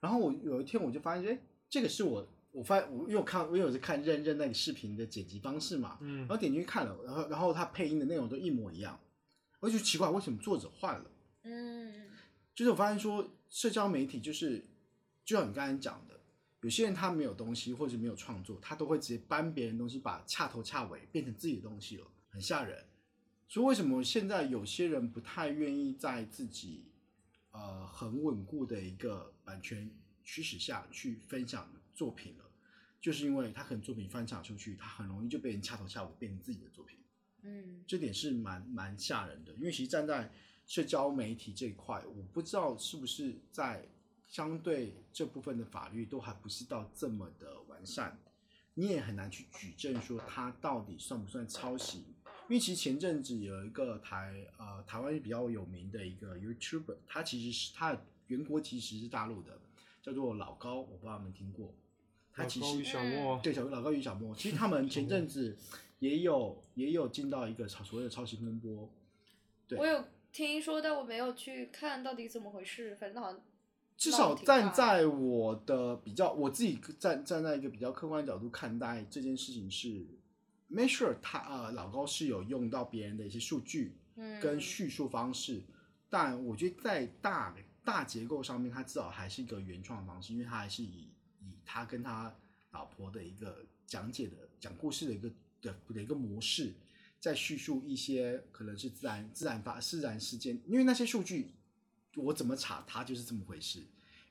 然后我有一天我就发现，哎，这个是我，我发我因为我看，因为我是看认认那个视频的剪辑方式嘛，嗯然后点进去看了，然后然后他配音的内容都一模一样，我就奇怪为什么作者换了。嗯就是我发现说，社交媒体就是，就像你刚才讲的，有些人他没有东西或者没有创作，他都会直接搬别人东西，把掐头掐尾变成自己的东西了，很吓人。所以为什么现在有些人不太愿意在自己呃很稳固的一个版权驱使下去分享作品了？就是因为他可能作品分享出去，他很容易就被人掐头掐尾变成自己的作品。嗯，这点是蛮蛮吓人的，因为其实站在社交媒体这一块，我不知道是不是在相对这部分的法律都还不是到这么的完善，你也很难去举证说它到底算不算抄袭。因为其实前阵子有一个台呃台湾比较有名的一个 YouTuber，他其实是他的原国其实是大陆的，叫做老高，我不知道你们听过。他其老高与实小莫，对小老高与小莫，其实他们前阵子也有也有进到一个超所谓的抄袭风波，对我有听说，但我没有去看到底怎么回事，反正好像至少闹挺大的站在我的比较，我自己站站在一个比较客观的角度看待这件事情是，make sure 他呃老高是有用到别人的一些数据嗯跟叙述方式，但我觉得在大大结构上面，他至少还是一个原创的方式，因为他还是以以他跟他老婆的一个讲解的讲故事的一个的的一个模式，在叙述一些可能是自然自然发自然事件，因为那些数据我怎么查，它就是这么回事，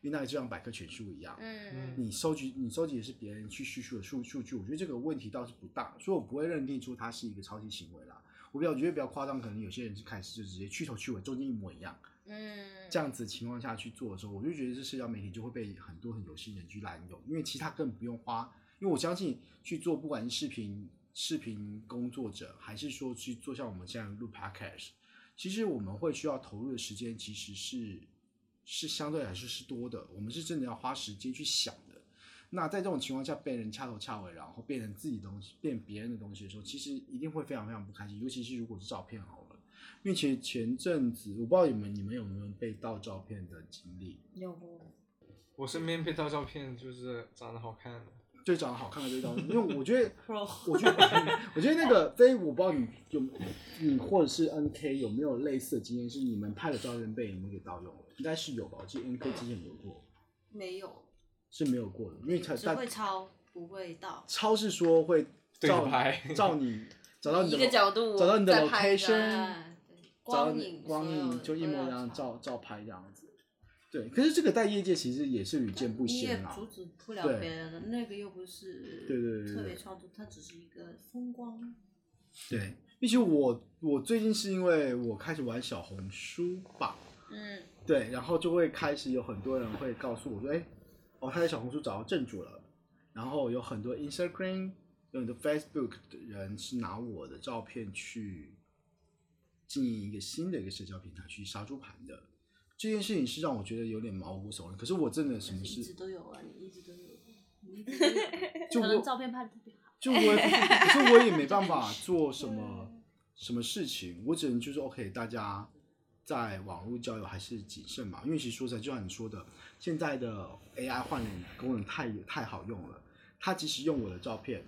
因为那个就像百科全书一样，嗯你收集你收集的是别人去叙述的数数据，我觉得这个问题倒是不大，所以我不会认定出它是一个抄袭行为啦。我比较我觉得比较夸张，可能有些人是开始就直接去头去尾，中间一模一样，嗯这样子情况下去做的时候，我就觉得这社交媒体就会被很多很有心人去滥用，因为其实他根本不用花，因为我相信去做不管是视频视频工作者，还是说去做像我们现在录 podcast，其实我们会需要投入的时间其实是是相对来说是多的，我们是真的要花时间去想的。那在这种情况下被人掐头掐尾，然后变成自己东西变别人的东西的时候，其实一定会非常非常不开心，尤其是如果是照片好了。并且前阵子，我不知道你们你们有没有被盗照片的经历？有不？我身边被盗照片就是长得好看的，最长好看的被盗，因为我 觉得 Pro，我觉得我觉得那个飞，我不知道你有你或者是 NK 有没有类似的经验，是你们拍的照片被你们给盗用了，应该是有吧？我记得 NK 之前有过，没有，是没有过的，因为他只会但抄，不会盗。超是说会对着照拍照你找到你的一个角度找到你的再拍一张 location，对找到光你影，光所有影就一模一都要样抄照照拍这样子。对，可是这个在业界其实也是屡见不你也鲜啊啦。阻止不了对别人的，那个又不是对对对对特对别创作，它只是一个风光。对，毕竟我我最近是因为我开始玩小红书吧，嗯对，然后就会开始有很多人会告诉我说，哎，哦，他在小红书找到正主了，然后有很多 Instagram、有很多 Facebook 的人是拿我的照片去经营一个新的一个社交平台去杀猪盘的，这件事情是让我觉得有点毛骨悚然。可是我真的什么但是一直事，都有啊，你一直都有，你一直都有，就可我能照片拍的特别好。 就我也不是，可是我也没办法做什么什么事情，我只能就是 OK，大家在网络交友还是谨慎嘛，因为其实说实在，就像你说的，现在的 AI 换脸功能太太好用了，它即使用我的照片，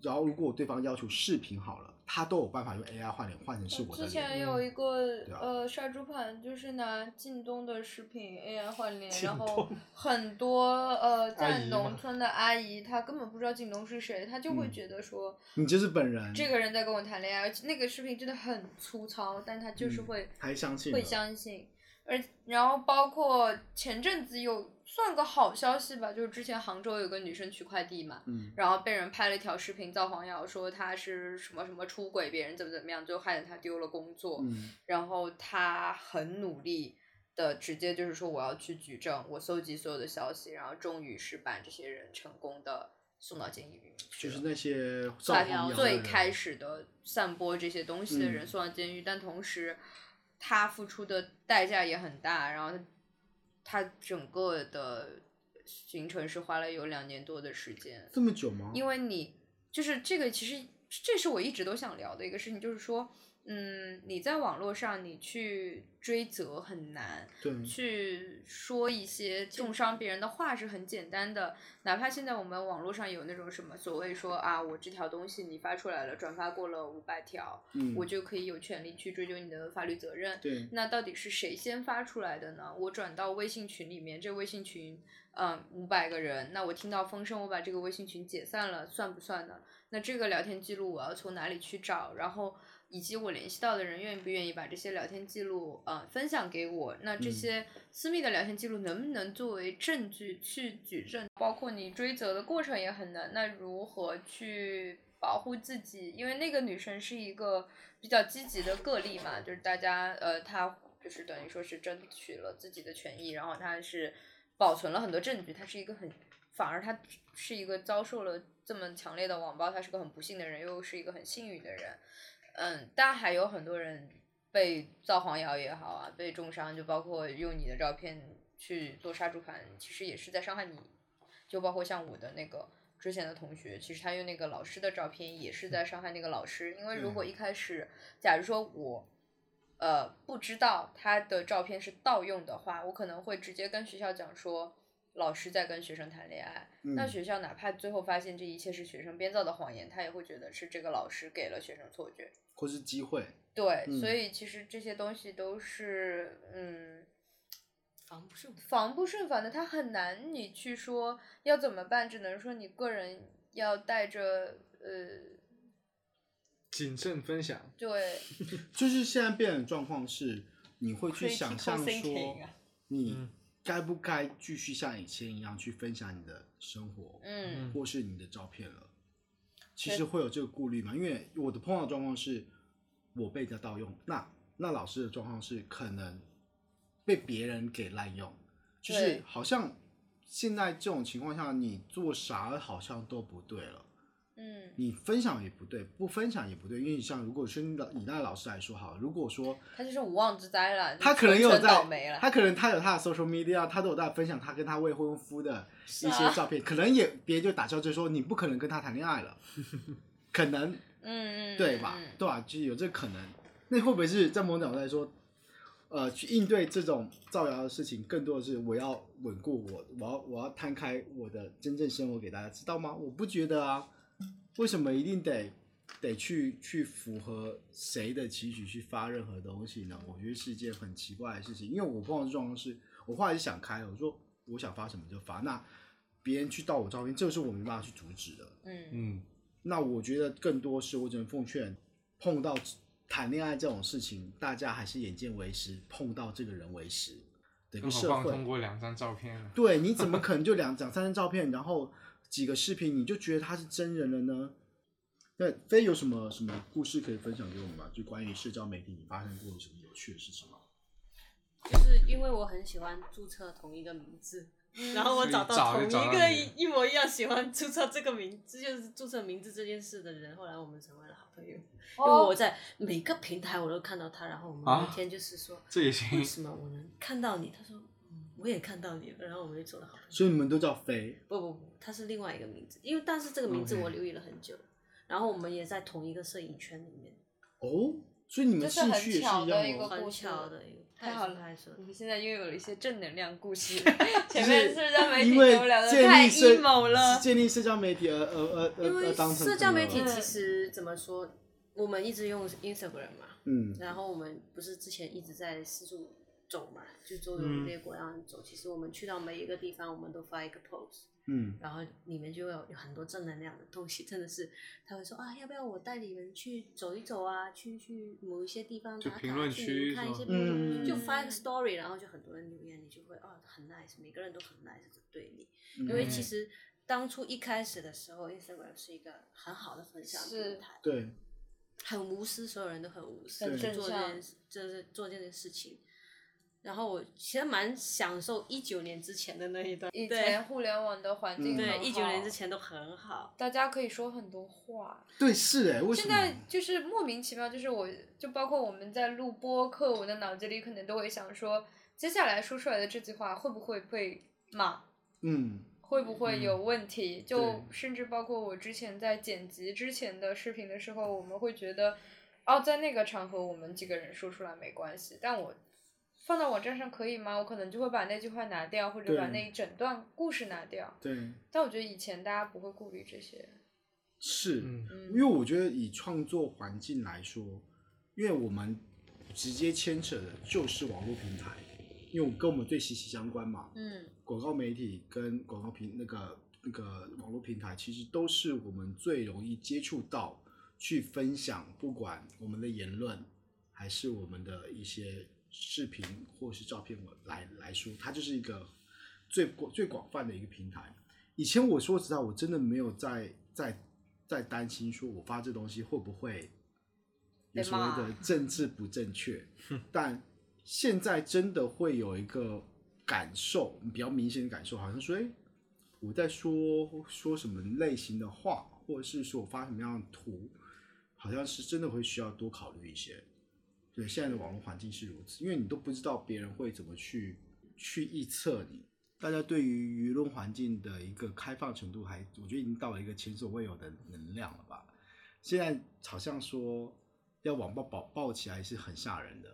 然后如果对方要求视频好了，它都有办法用 AI 换脸换成是我的之脸。前有一个对啊呃杀猪盘，就是拿靳东的视频 AI 换脸，靳然后东很多呃阿在姨农嘛村的阿姨，她根本不知道靳东是谁，她就会嗯觉得说你就是本人，这个人在跟我谈恋爱，而且那个视频真的很粗糙，但她就是嗯会还相信会了相信。而然后包括前阵子有算个好消息吧，就是之前杭州有个女生取快递嘛，嗯，然后被人拍了一条视频造黄谣，说她是什么什么出轨别人怎么怎么样，最后害得她丢了工作。嗯然后她很努力的直接就是说我要去举证，我搜集所有的消息，然后终于是把这些人成功的送到监狱里面去就是了。那些造把谣的人最开始的散播这些东西的人嗯送到监狱，但同时他付出的代价也很大，然后他他整个的行程是花了有两年多的时间，这么久吗？因为你就是这个，其实这是我一直都想聊的一个事情，就是说，嗯，你在网络上你去追责很难，对，去说一些重伤别人的话是很简单的，哪怕现在我们网络上有那种什么所谓说啊，我这条东西你发出来了，转发过了五百条，嗯，我就可以有权利去追究你的法律责任。对，那到底是谁先发出来的呢？我转到微信群里面，这微信群，嗯，五百个人，那我听到风声，我把这个微信群解散了，算不算呢？那这个聊天记录我要从哪里去找？然后以及我联系到的人愿不愿意把这些聊天记录，呃，分享给我？那这嗯些私密的聊天记录能不能作为证据去举证？包括你追责的过程也很难，那如何去保护自己？因为那个女生是一个比较积极的个例嘛，就是大家呃，她就是等于说是争取了自己的权益，然后她是保存了很多证据，她是一个很，反而她是一个遭受了这么强烈的网暴，她是个很不幸的人，又是一个很幸运的人，嗯，但还有很多人被造黄谣也好啊，被重伤，就包括用你的照片去做杀猪盘，其实也是在伤害你。就包括像我的那个之前的同学，其实他用那个老师的照片也是在伤害那个老师，因为如果一开始，假如说我。呃，不知道他的照片是盗用的话，我可能会直接跟学校讲说，老师在跟学生谈恋爱。那嗯学校哪怕最后发现这一切是学生编造的谎言，他也会觉得是这个老师给了学生错觉。或是机会，对，嗯所以其实这些东西都是嗯防不胜防。防不胜防的，他很难你去说要怎么办，只能说你个人要带着呃，谨慎分享。对，就是现在变的状况是，你会去想象 Critical 说 thinking 啊，你嗯该不该继续像以前一样去分享你的生活，嗯或是你的照片了。其实会有这个顾虑嘛？因为我的碰到的状况是，我被人家盗用，那那老师的状况是可能被别人给滥用，就是对好像现在这种情况下，你做啥好像都不对了。嗯，你分享也不对，不分享也不对，因为你像如果是以那老师来说好了，如果说他就是无妄之灾了，他就可能也有纯嗯倒霉在，了。他可能他有他的 social media，他都有在分享他跟他未婚夫的一啊些照片，可能也别人就打消就说你不可能跟他谈恋爱了， 可能嗯嗯，对嗯吧？嗯对吧？就有这可能，那会不会是在某种角度来说，呃，去应对这种造谣的事情，更多的是我要稳固我，我要我要摊开我的真正生活给大家知道吗？我不觉得啊，为什么一定得得去去符合谁的期许去发任何东西呢？我觉得是一件很奇怪的事情，因为我碰到的状况是，我后来就想开了，我说我想发什么就发，那别人去盗我照片，这个是我没办法去阻止的。嗯嗯，那我觉得更多是我只能奉劝，碰到谈恋爱这种事情，大家还是眼见为实，碰到这个人为实。整更个何社况会通，过两张照片了。对，你怎么可能就两 两三张照片，然后几个视频，你就觉得他是真人了呢？那飞有什么什么故事可以分享给我们吗？就关于社交媒体，你发生过什么有趣的事情吗？就是因为我很喜欢注册同一个名字，然后我所以找找到就同找一到个你一一模一样喜欢注册这个名字，就是注册名字这件事的人，后来我们成为了好朋友。哦因为我在每个平台我都看到他，然后我们啊有一天就是说， 这也行为，什么我能看到你？他说，嗯，我也看到你了，然后我们就做了好朋友。所以你们都叫飞，不不不，他是另外一个名字，因为但是这个名字 OK 我留意了很久然后我们也在同一个摄影圈里面，哦，所以你们这是兴很趣也是巧一的样一个哦。故很事巧的一个，太好了拍摄我。们现在又有了一些正能量故 事，就前面是社交媒体因给为我聊的建太立社 emo 了。建立社交媒体而而而而因为而当成社交媒朋体友了其实怎么说，我们一直用 Instagram 嘛，嗯，然后我们不是之前一直在四处走嘛，就周游嗯列国让走。其实我们去到每一个地方，我们都发一个 post，嗯，然后里面就有有很多正能量的东西，真的是他会说啊，要不要我带你们去走一走啊，去去某一些地方就打卡，评论去区看一是些吧评嗯论，就发一个 story，然后就很多人留言，你就会啊很 nice，每个人都很 nice 的对你，嗯因嗯为其实实当初一开始的时候，Instagram 是一个很好的分享是平台，对，很无私，所有人都很无私，很去正做这向件事，就是做这件事情。然后我其实蛮享受一九年之前的那一段，以对前互联网的环境嗯很对，好一九年之前都很好。大家可以说很多话，对是哎，为什现么？在就是莫名其妙，就是我就包括我们在录播客，我的脑子里可能都会想说，接下来说出来的这句话会不会被骂，嗯会不会有问题？对就甚至包括我之前在剪辑之前的视频的时候，我们会觉得，哦，在那个场合我们几个人说出来没关系，但我。放到网站上可以吗？我可能就会把那句话拿掉，或者把对那一整段故事拿掉。对但我觉得以前大家不会顾虑这些。是，嗯因为我觉得以创作环境来说，因为我们直接牵扯的就是网络平台，因为我跟我们最息息相关嘛。嗯，广告媒体跟广告平那个那个网络平台，其实都是我们最容易接触到，去分享，不管我们的言论，还是我们的一些视频或是照片来来说，它就是一个最广最广泛的一个平台。以前我说实在，我真的没有在在在担心说我发这东西会不会有所谓的政治不正确，但现在真的会有一个感受，比较明显的感受，好像说，哎，我在说说什么类型的话，或者是说我发什么样的图，好像是真的会需要多考虑一些。对，现在的网络环境是如此，因为你都不知道别人会怎么去去臆测你，大家对于舆论环境的一个开放程度还，我觉得已经到了一个前所未有的能量了吧。现在好像说要网暴暴暴起来是很吓人的，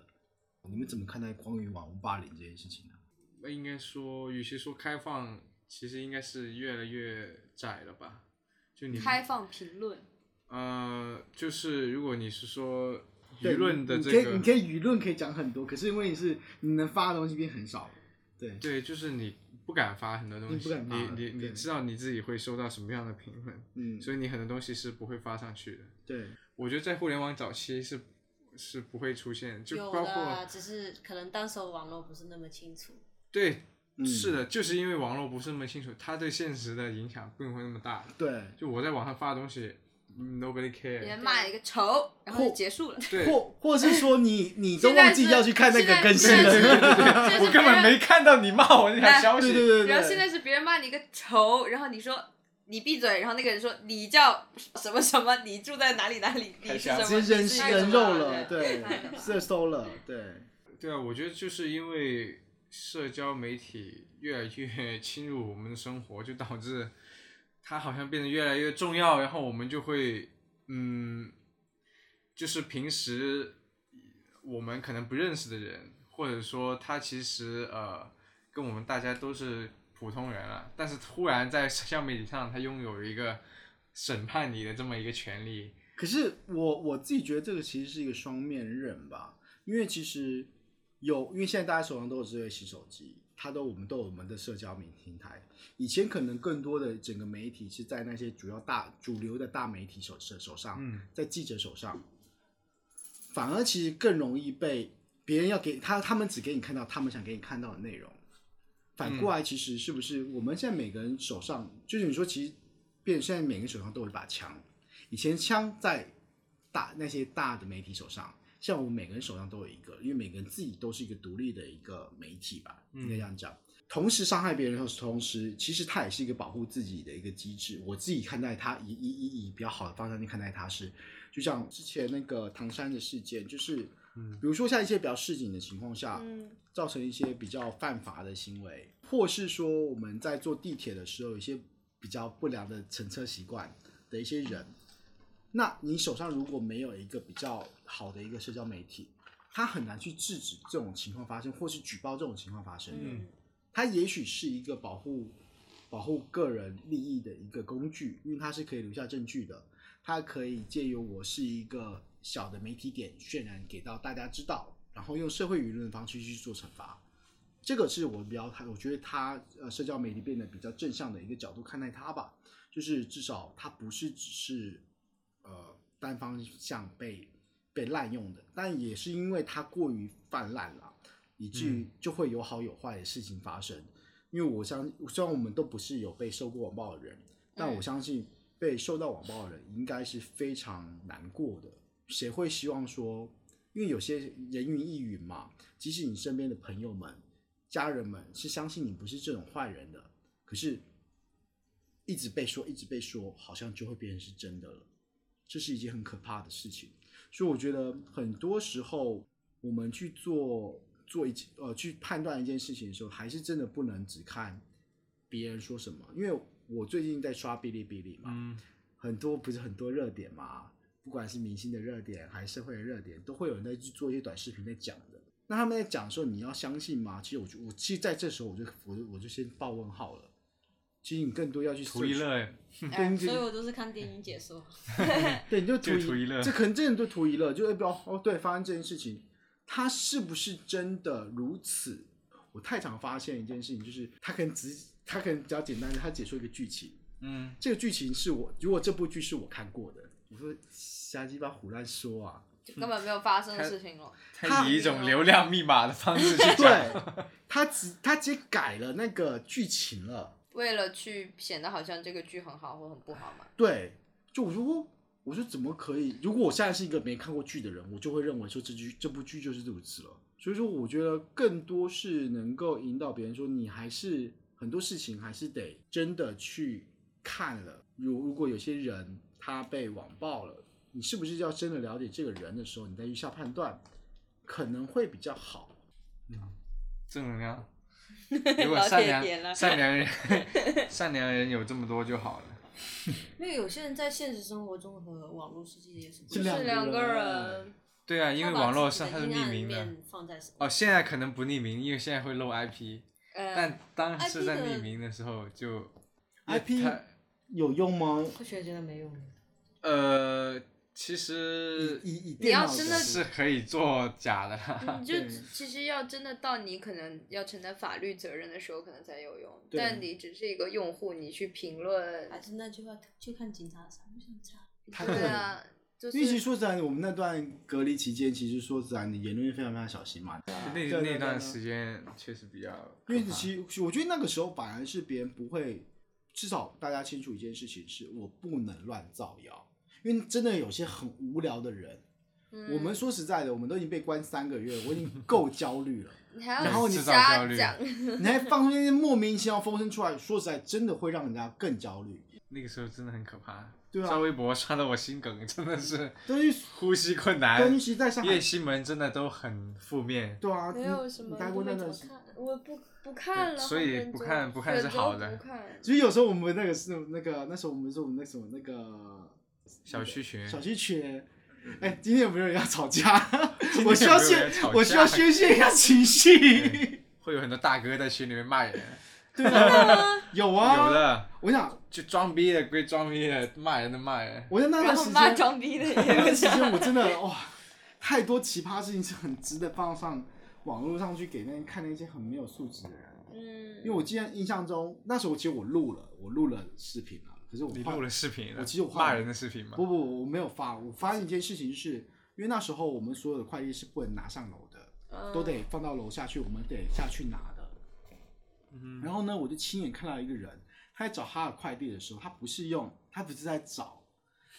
你们怎么看待关于网络霸凌这件事情呢、那应该说，与其说开放，其实应该是越来越窄了吧？就你开放评论，呃，就是如果你是说对舆论的你这你可以，个你，可以舆论可以讲很多，可是因为你是你能发的东西变很少了，对，对，就是你不敢发很多东你不西，敢发你了你你对知道你自己会收到什么样的评论，嗯，所以你很多东西是不会发上去的。对，我觉得在互联网早期是是不会出现，就有包的，啊括只是可能当时候网络不是那么清楚。对，嗯是的，就是因为网络不是那么清楚，它对现实的影响并不会那么大。对，就我在网上发的东西，nobody 嗯别 care，人骂了一个丑，然后就结束了。对，或或是说你你都现在忘记是要去看那现个在更新现在了是，就是 我根本别人没看到你骂我那条消息。哎对对对对，然后现在是别人骂你一个丑，然后你说你闭嘴，然后那个人说你叫什么什么，你住在哪里哪里，你是什么，其实人你是是一个人什肉么了，对对，热搜了，对，对啊，我觉得就是因为社交媒体越来越侵入我们的生活，就导致它好像变得越来越重要，然后我们就会，嗯，就是平时我们可能不认识的人，或者说他其实呃跟我们大家都是普通人啊，但是突然在社交媒体上，他拥有一个审判你的这么一个权利，可是我我自己觉得这个其实是一个双面刃吧，因为其实有，因为现在大家手上都有智慧型手机，它都我们都有我们的社交媒体平台。以前可能更多的整个媒体是在那些主要大主流的大媒体手手手上，嗯，在记者手上，反而其实更容易被别人要给他，他们只给你看到他们想给你看到的内容。反嗯过来，其实是不是我们现在每个人手上，就是你说，其实变现在每个人手上都有一把枪，以前枪在大那些大的媒体手上，像我们每个人手上都有一个，因为每个人自己都是一个独立的一个媒体吧，嗯应该这样讲。同时伤害别人的同时，其实它也是一个保护自己的一个机制。我自己看待它，以以以以比较好的方向去看待它是，就像之前那个唐山的事件，就是，比如说像一些比较市井的情况下，嗯，造成一些比较犯法的行为，或是说我们在坐地铁的时候有一些比较不良的乘车习惯的一些人，那你手上如果没有一个比较好的一个社交媒体，他很难去制止这种情况发生，或是举报这种情况发生的。嗯它也许是一个保护保护个人利益的一个工具，因为它是可以留下证据的，它可以借由我是一个小的媒体点渲染给到大家知道，然后用社会舆论的方式去做惩罚。这个是我比较它，我觉得它呃社交媒体变得比较正向的一个角度看待它吧，就是至少它不是只是呃单方向被被滥用的，但也是因为它过于泛滥了。以至于就会有好有坏的事情发生。因为我相虽然我们都不是有被受过网暴的人，但我相信被受到网暴的人应该是非常难过的。谁会希望说，因为有些人云亦云嘛，即使你身边的朋友们、家人们是相信你不是这种坏人的，可是一直被说，一直被说，好像就会变成是真的了。这是一件很可怕的事情。所以我觉得很多时候我们去做做一件呃去判断一件事情的时候，还是真的不能只看别人说什么。因为我最近在刷哔哩哔哩嘛，嗯，很多不是很多热点嘛，不管是明星的热点还是社会的热点，都会有人在去做一些短视频在讲的。那他们在讲的时候，你要相信吗？其实我就我其实在这时候我就我就我就先报问号了。其实你更多要去图一 search 乐哎，对你就嗯所以我都是看电影解 说。对，你就就图图一乐这可能真的就图一乐，就哎不要哦，对，发生这件事情，他是不是真的如此？我太常发现一件事情，就是他可能只他可能比较简单的，他解说一个剧情，嗯，这个剧情是我如果这部剧是我看过的，我说瞎鸡巴胡乱说啊，就根本没有发生的开事情了。他他以一种流量密码的方式去讲，对，他只他直接改了那个剧情了。为了去显得好像这个剧很好或很不好嘛。对，就我说我我说怎么可以？如果我现在是一个没看过剧的人，我就会认为说这剧这部剧就是如此了。所以说，我觉得更多是能够引导别人说，你还是很多事情还是得真的去看了。如如果有些人他被网暴了，你是不是要真的了解这个人的时候，你再去下判断，可能会比较好。 正能量。如果老善铁点了良善良人 善良人有这么多就好了。因为有些人在现实生活中和网络世界也是不是一样两是个两个人人，对啊，因为他把网络自上己它的是阴暗匿名的。面放在身哦，现在可能不匿名，因为现在会漏 IP，、呃，但当 IP 时在的匿名的时候就 IP 它有用吗？科学觉得没用。呃，其实以以你电脑要真的角是可以做假的。嗯你就对其实要真的到你可能要承担法律责任的时候，可能才有用。对但你只是一个用户，你去评论，还是那句话，就看警察傻不想查。他可对能啊，就因为其实是说实在，我们那段隔离期间，其实说实在，你言论非常非常小心嘛。那对那对段对时间确实比较可怕，因为其实我觉得那个时候反而是别人不会，至少大家清楚一件事情是，我不能乱造谣，因为真的有些很无聊的人，嗯我们说实在的，我们都已经被关三个月，我已经够焦虑了，你还然后要你制造焦瞎虑 讲，你还放出那些莫名其妙风声出来，说实在，真的会让人家更焦虑。那个时候真的很可怕。对啊刷微博刷的我心梗，真的是但是呼吸困关于难。其实在上海夜，新闻真的都很负面，对啊，没有什么你待过那段时间。看，我不不看了，所以后面不就看不看是选择好的不看其实有时候我们那个是那个那时候我们说我们那什么那个小区群。小区群，哎，今天有没有人要吵架？天我需要有没有人宣吵，我需要架宣泄一下情绪对。会有很多大哥在群里面骂人，对啊，有啊，有。的我想，就装逼的归装逼的，骂人的骂人。我在那然段后时骂间，装逼的那 也有段时间我真的哇，太多奇葩事情是很值得放上网络上去给那看那些很没有素质的人。嗯因为我记得印象中，那时候其实我录了，我录了视频了，可是我你怕录了视频了，我其实我骂人的视频吗？不不，我没有发。我发现一件事情是，因为那时候我们所有的快递是不能拿上楼的，都得放到楼下去，我们得下去拿的。然后呢，我就亲眼看到一个人，他在找他的快递的时候，他不是用，他不是在找，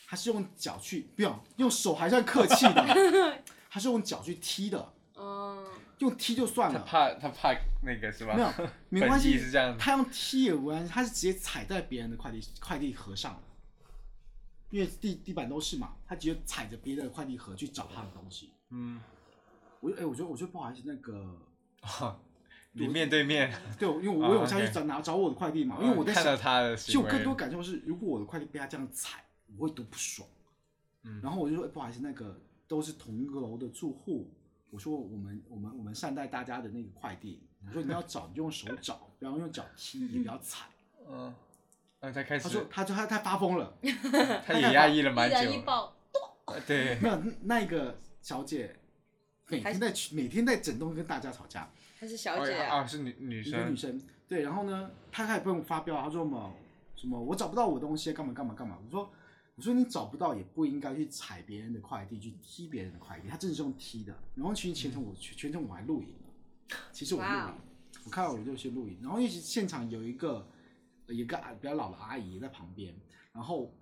他是用脚去，不用用手还算客气的，他是用脚去踢的，嗯，用踢就算他了。怕他怕那个是吧？没有， 没本关意系，是这样的他用踢也无关系，他是直接踩在别人的快递快递盒上了，因为地地板都是嘛，他直接踩着别人的快递盒去找他的东西。嗯，我就哎、我觉得我觉得不好意思，那个哦，你面对面，对，因为我啊我有下去 OK 哦找拿找我的快递嘛，因为我在看到想，他的其实行我为，更多感受是，如果我的快递被他这样踩，我会多不爽。嗯然后我就说、哎不好意思，那个都是同一个楼的住户，我说我们我们我们善待大家的那个快递，我说你要找你就用手找，不要用脚踢，也不要踩。嗯，然后他开他说始，他就他他发疯了，他也压抑了蛮一燃一久，爆，呃对，没有那那个小姐每天在每天在整栋跟大家吵架，她是哦小姐啊，啊，是女女一个女生，生对，然后呢，她开始不用发飙，她说什么什么我找不到我东西，干嘛干嘛干嘛，我说。我说你找不到也不应该去踩别人的快递，去踢别人的快递，她真的是用踢的。然后其实全程我嗯全程我还录影了，其实我录哇影哦，我看到我就去录影。然后因为现场有一个有一个啊比较老的阿姨在旁边，然后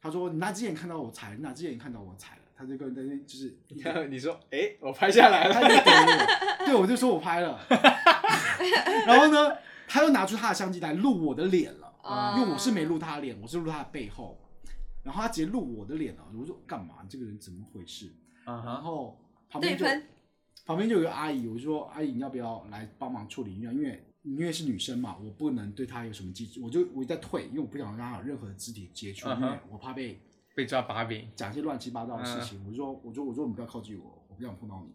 她说你哪只眼看到我踩了，你哪只眼看到我踩了，她就跟在那边就是一然直后 你说，哎，我拍下来他了，就给我， 对我就说我拍了，然后呢，他又拿出他的相机来录我的脸了，啊因为我是没录他的脸，我是录他的背后，然后他直接录我的脸了，我说干嘛？你这个人怎么回事？嗯然哼，后旁边就对喷旁边就有个阿姨，我就说阿姨你要不要来帮忙处理一下？因为因为是女生嘛，我不能对她有什么记，我就我在退，因为我不想跟她有任何肢体接触，嗯因哼为我怕被被抓把柄，讲一些乱七八糟的事情。我就说，我说，我说你不要靠近我，我不想碰到你。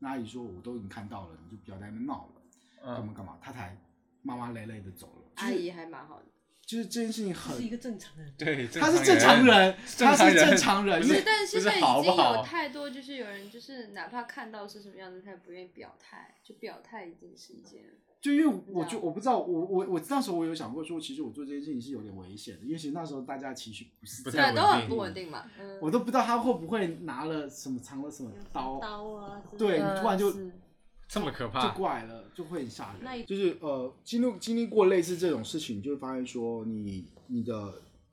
那阿姨说，我都已经看到了，你就不要在那边闹了，干嘛嗯，干嘛。她才骂骂咧咧的走了。阿姨还蛮好的。就是这件事情是很，一个正 常人。对，她是正常，人，她是正正常常人，因人是为但不现是在已好不经有好太多，就是有人就是哪怕看到是什么样的，他也不愿意表态，就表态已经是一件就因为我就我不知道，我我我那时候我有想过说，其实我做这件事情是有点危险的，因为其实那时候大家情绪不是不这太样对啊的都很稳定不稳定嘛，嗯，我都不知道他会不会拿了什么藏了什么刀，刀啊，之对类的嗯你突然就这么可就怕，过来了，就会很吓人。那一就是呃，经历经历过类似这种事情，你就会发现说你，你的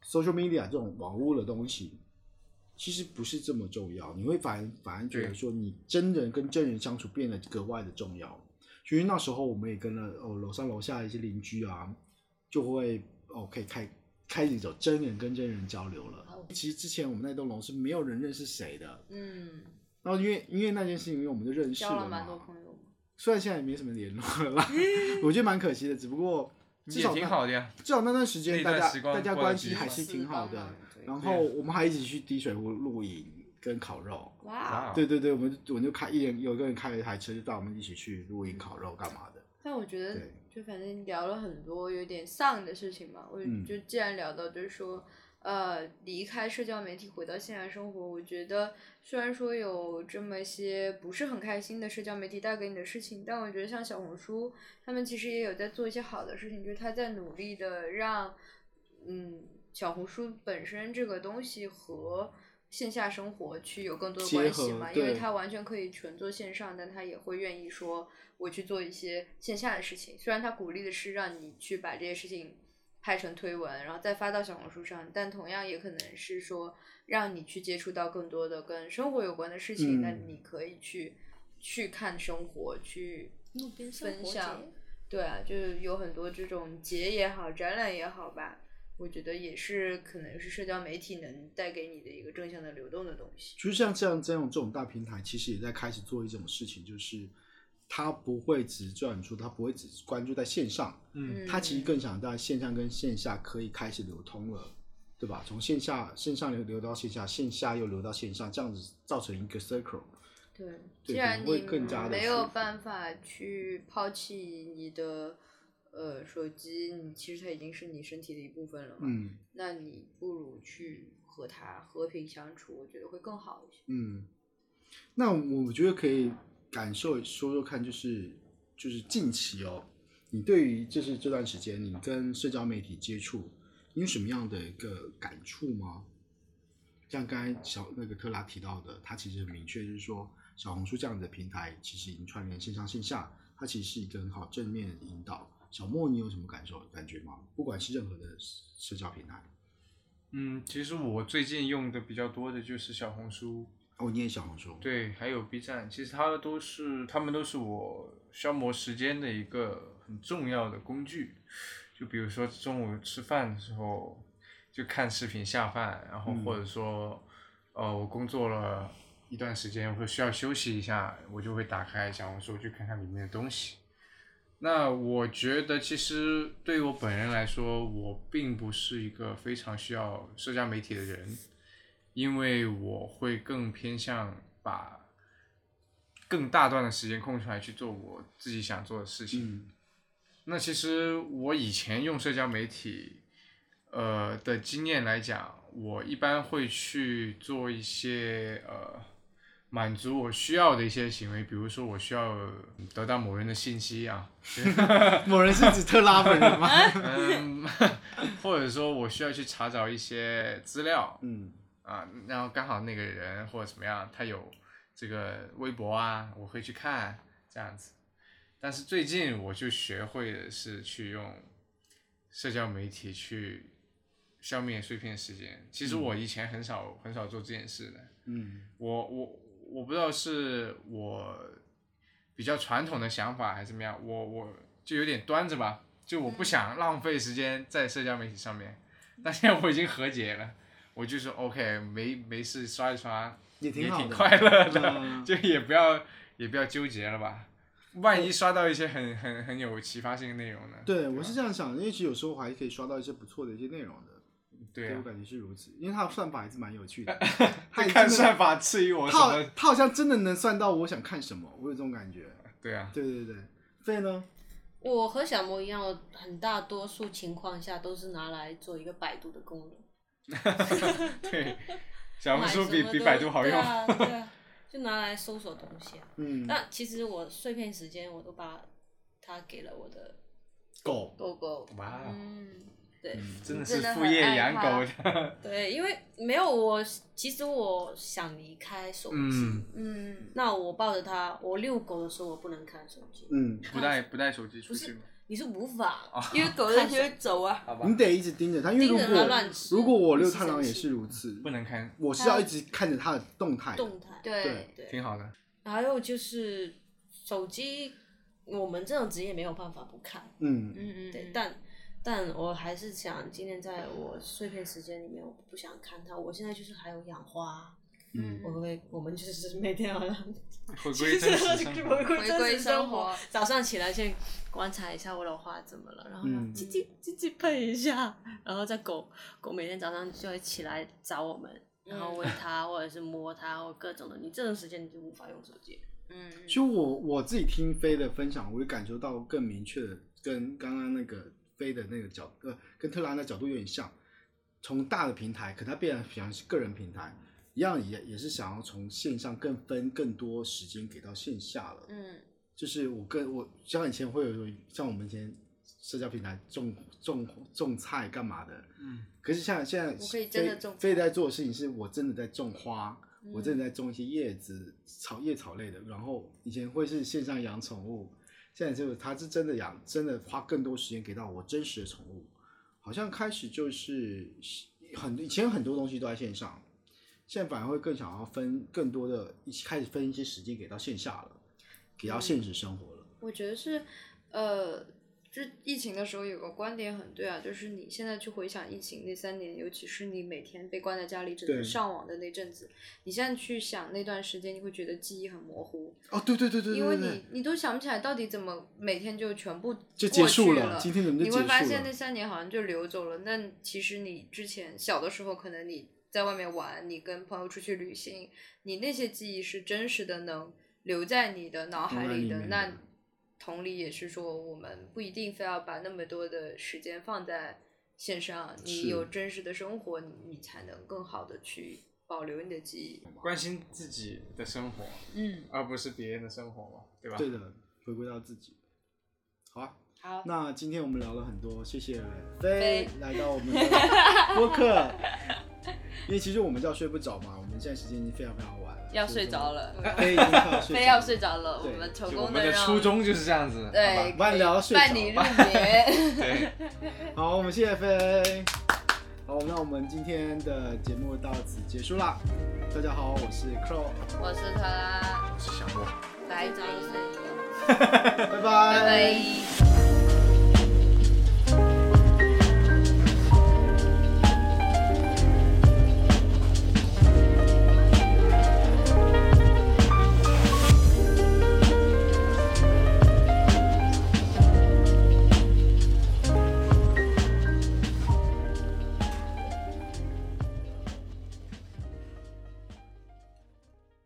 social media 这种网络的东西，其实不是这么重要。你会反反而觉得对说，你真人跟真人相处变得格外的重要。其实那时候我们也跟了哦楼上楼下一些邻居啊，就会哦可以开开始有真人跟真人交流了。其实之前我们那栋楼是没有人认识谁的，嗯，然后因为因为那件事情，因为我们就认识交了嘛蛮多朋友嘛，虽然现在也没什么联络了啦， 我觉得蛮可惜的。只不过至也少挺那好的呀。至少那段时那间一大段家时光大家过得关挺系还好是挺好的。，然对后我们还一起去滴水湖露营跟烤肉。哇，哇哦对，对对，我们我们就开一人有一个人开了一台车，就带我们一起去露营、烤肉干嘛的。但我觉得对，就反正聊了很多有点丧的事情嘛，我嗯就既然聊到就是说，呃，离开社交媒体回到现实生活，我觉得虽然说有这么一些不是很开心的社交媒体带给你的事情，但我觉得像小红书，他们其实也有在做一些好的事情，就是他在努力的让，嗯，小红书本身这个东西和。线下生活去有更多的结关系合嘛，因为对它完全可以纯做线上，但它也会愿意说，我去做一些线下的事情。虽然他鼓励的是让你去把这些事情拍成推文，然后再发到小红书上，但同样也可能是说让你去接触到更多的跟生活有关的事情，嗯那你可以去去看生活，去路边生分活享节。对啊，就是有很多这种节也好，展览也好吧，我觉得也是可能是社交媒体能带给你的一个正向的流动的东西。就是像这样这样这种大平台，其实也在开始做一种事情，就是它不会只转出，它不会只关注在线上，嗯，嗯，它其实更想在线上跟线下可以开始流通了，对吧？从线下线上流流到线下，线下又流到线上，这样子造成一个 circle。对，对既然可能你会更加地没有舒服办法去抛弃你的呃手机，你其实它已经是你身体的一部分了嘛，嗯那你不如去和它和平相处，我觉得会更好一些。嗯，那我觉得可以感受说说看，就是就是近期哦，你对于就是这段时间你跟社交媒体接触，你有什么样的一个感触吗？像刚才小那个特拉提到的，他其实很明确，就是说小红书这样的平台其实已经串联线上线下，它其实是一个很好正面的引导。小莫，你有什么感受感觉吗？不管是任何的社交平台，嗯，其实我最近用的比较多的就是小红书，哦，你也小红书，，对，还有 B 站，其实它都是，它们都是我消磨时间的一个很重要的工具。就比如说中午吃饭的时候，就看视频下饭，然后嗯或者说，呃，我工作了一段时间，或者需要休息一下，我就会打开小红书去看看里面的东西。那我觉得，其实对于我本人来说，我并不是一个非常需要社交媒体的人，因为我会更偏向把更大段的时间空出来去做我自己想做的事情。嗯那其实我以前用社交媒体，呃的经验来讲，我一般会去做一些呃满足我需要的一些行为，比如说我需要得到某人的信息啊， 某人是指特拉本人吗？嗯， 或者说我需要去查找一些资料嗯。啊，然后刚好那个人或者怎么样，他有这个微博啊，我会去看这样子。但是最近我就学会的是去用社交媒体去消灭碎片时间。其实我以前很少很少做这件事的，嗯我我我不知道是我比较传统的想法还是怎么样，我我就有点端着吧，就嗯我不想浪费时间在社交媒体上面，但现在我已经和解了，我就说 OK，没没事刷一刷，也挺也好的挺快乐的，嗯 就也不要也不要纠结了吧，万一刷到一些很很很有启发性的内容呢？对，我是吧这样想的，因为其实有时候还可以刷到一些不错的一些内容的，对啊我，感觉是如此，因为它的算法还是蛮有 趣的，它就也 看真的算法赐予我什它好么？它好像真的能算到我想看什么，我有这种感觉。对 啊，对对对，费呢？我和小魔一样，我很大多数情况下都是拿来做一个百度的功能。 对，小红书买比什么比都百度好 对用。啊，对啊，就拿来搜索东西啊。嗯，那其实我碎片时间，我都把它给了我的狗，狗狗，哇哦嗯，对、真的真是的副很业爱养它狗的，对，因为没有我，其实我想离开手机。嗯，嗯，那我抱着它，我遛狗的时候我不能看手机，嗯，不带不带手机出去吗？你是无法，因 为狗在就会走啊，好吧你，得一直盯着它，因为盯如着它果乱吃。如果我遛你太郎生也气是如此不，能看，我是要一直看着它的动态的。动啊态，对，对，挺好的。还有就是手机，我们这种职业没有办法不看，嗯嗯嗯，对，嗯但但我还是想今天在我碎片时间里面，我不想看它。我现在就是还有养花，嗯我们我们就是 每天晚上回归真实生活回。回归归真实生生活早上起来去观察一下我的花怎么了，然后呢嗯叽叽叽叽配一下，然后再狗狗每天早上就会起来找我们，然嗯后喂它或者是摸它或各种的，你这种时间你就无法用手机。嗯，嗯就我我自己听飞的分享，我也感受到更明确的，跟刚刚那个飞的那个角，呃，跟特拉的角度有点像。从大的平台，可它变成像是个人平台，一样也也是想要从线上更分更多时间给到线下了。嗯就是我跟我像以前会有像我们以前社交平台种种种菜干嘛的，嗯，可是像现在我可以真的非种非菜在做的事情是我真的在种花，我真嗯的在种一些叶子、草叶草类的。然后以前会是线上养宠物，现在就是他是真的养，真的花更多时间给到我真实的宠物。好像开始就是很以前很多东西都在线上，现在反而会更想要分更多的，一起开始分一些时间给到线下了，给到现实生活了。我觉得是，呃，就疫情的时候有个观点很对啊，就是你现在去回想疫情那三年，尤其是你每天被关在家里只对能上网的那阵子，你现在去想那段时间，你会觉得记忆很模糊，哦，对对对对对因为对你你都想不起来到底怎么每天就全部就结过去束了，今天怎么就你结束会了？发现那三年好像就流走了。那其实你之前小的时候，可能你在外面玩，你跟朋友出去旅行，你那些记忆是真实的，能留在你的脑海里脑海里面的那同理也是说，我们不一定非要把那么多的时间放在线上，是你有真实的生活，你你才能更好的去保留你的记忆。关心自己的生活，嗯，而不是别人的生活嘛，对吧？对的，回归到自己。好啊，好，那今天我们聊了很多，谢谢飞来到我们 的播客。因为其实我们叫睡不着嘛，我们现在时间已经非常非常晚了，要所以睡说着了 飞已经快要睡非着要了睡。着了，对我们成就我功们的让初衷就是这样子。对，慢聊到睡着伴你入吧眠。对，好，我们谢谢飞。好，那我们今天的节目到此结束啦。大家好，我是 Crow，我是他，我是小莫。拜睡着拜，了睡着了拜拜拜。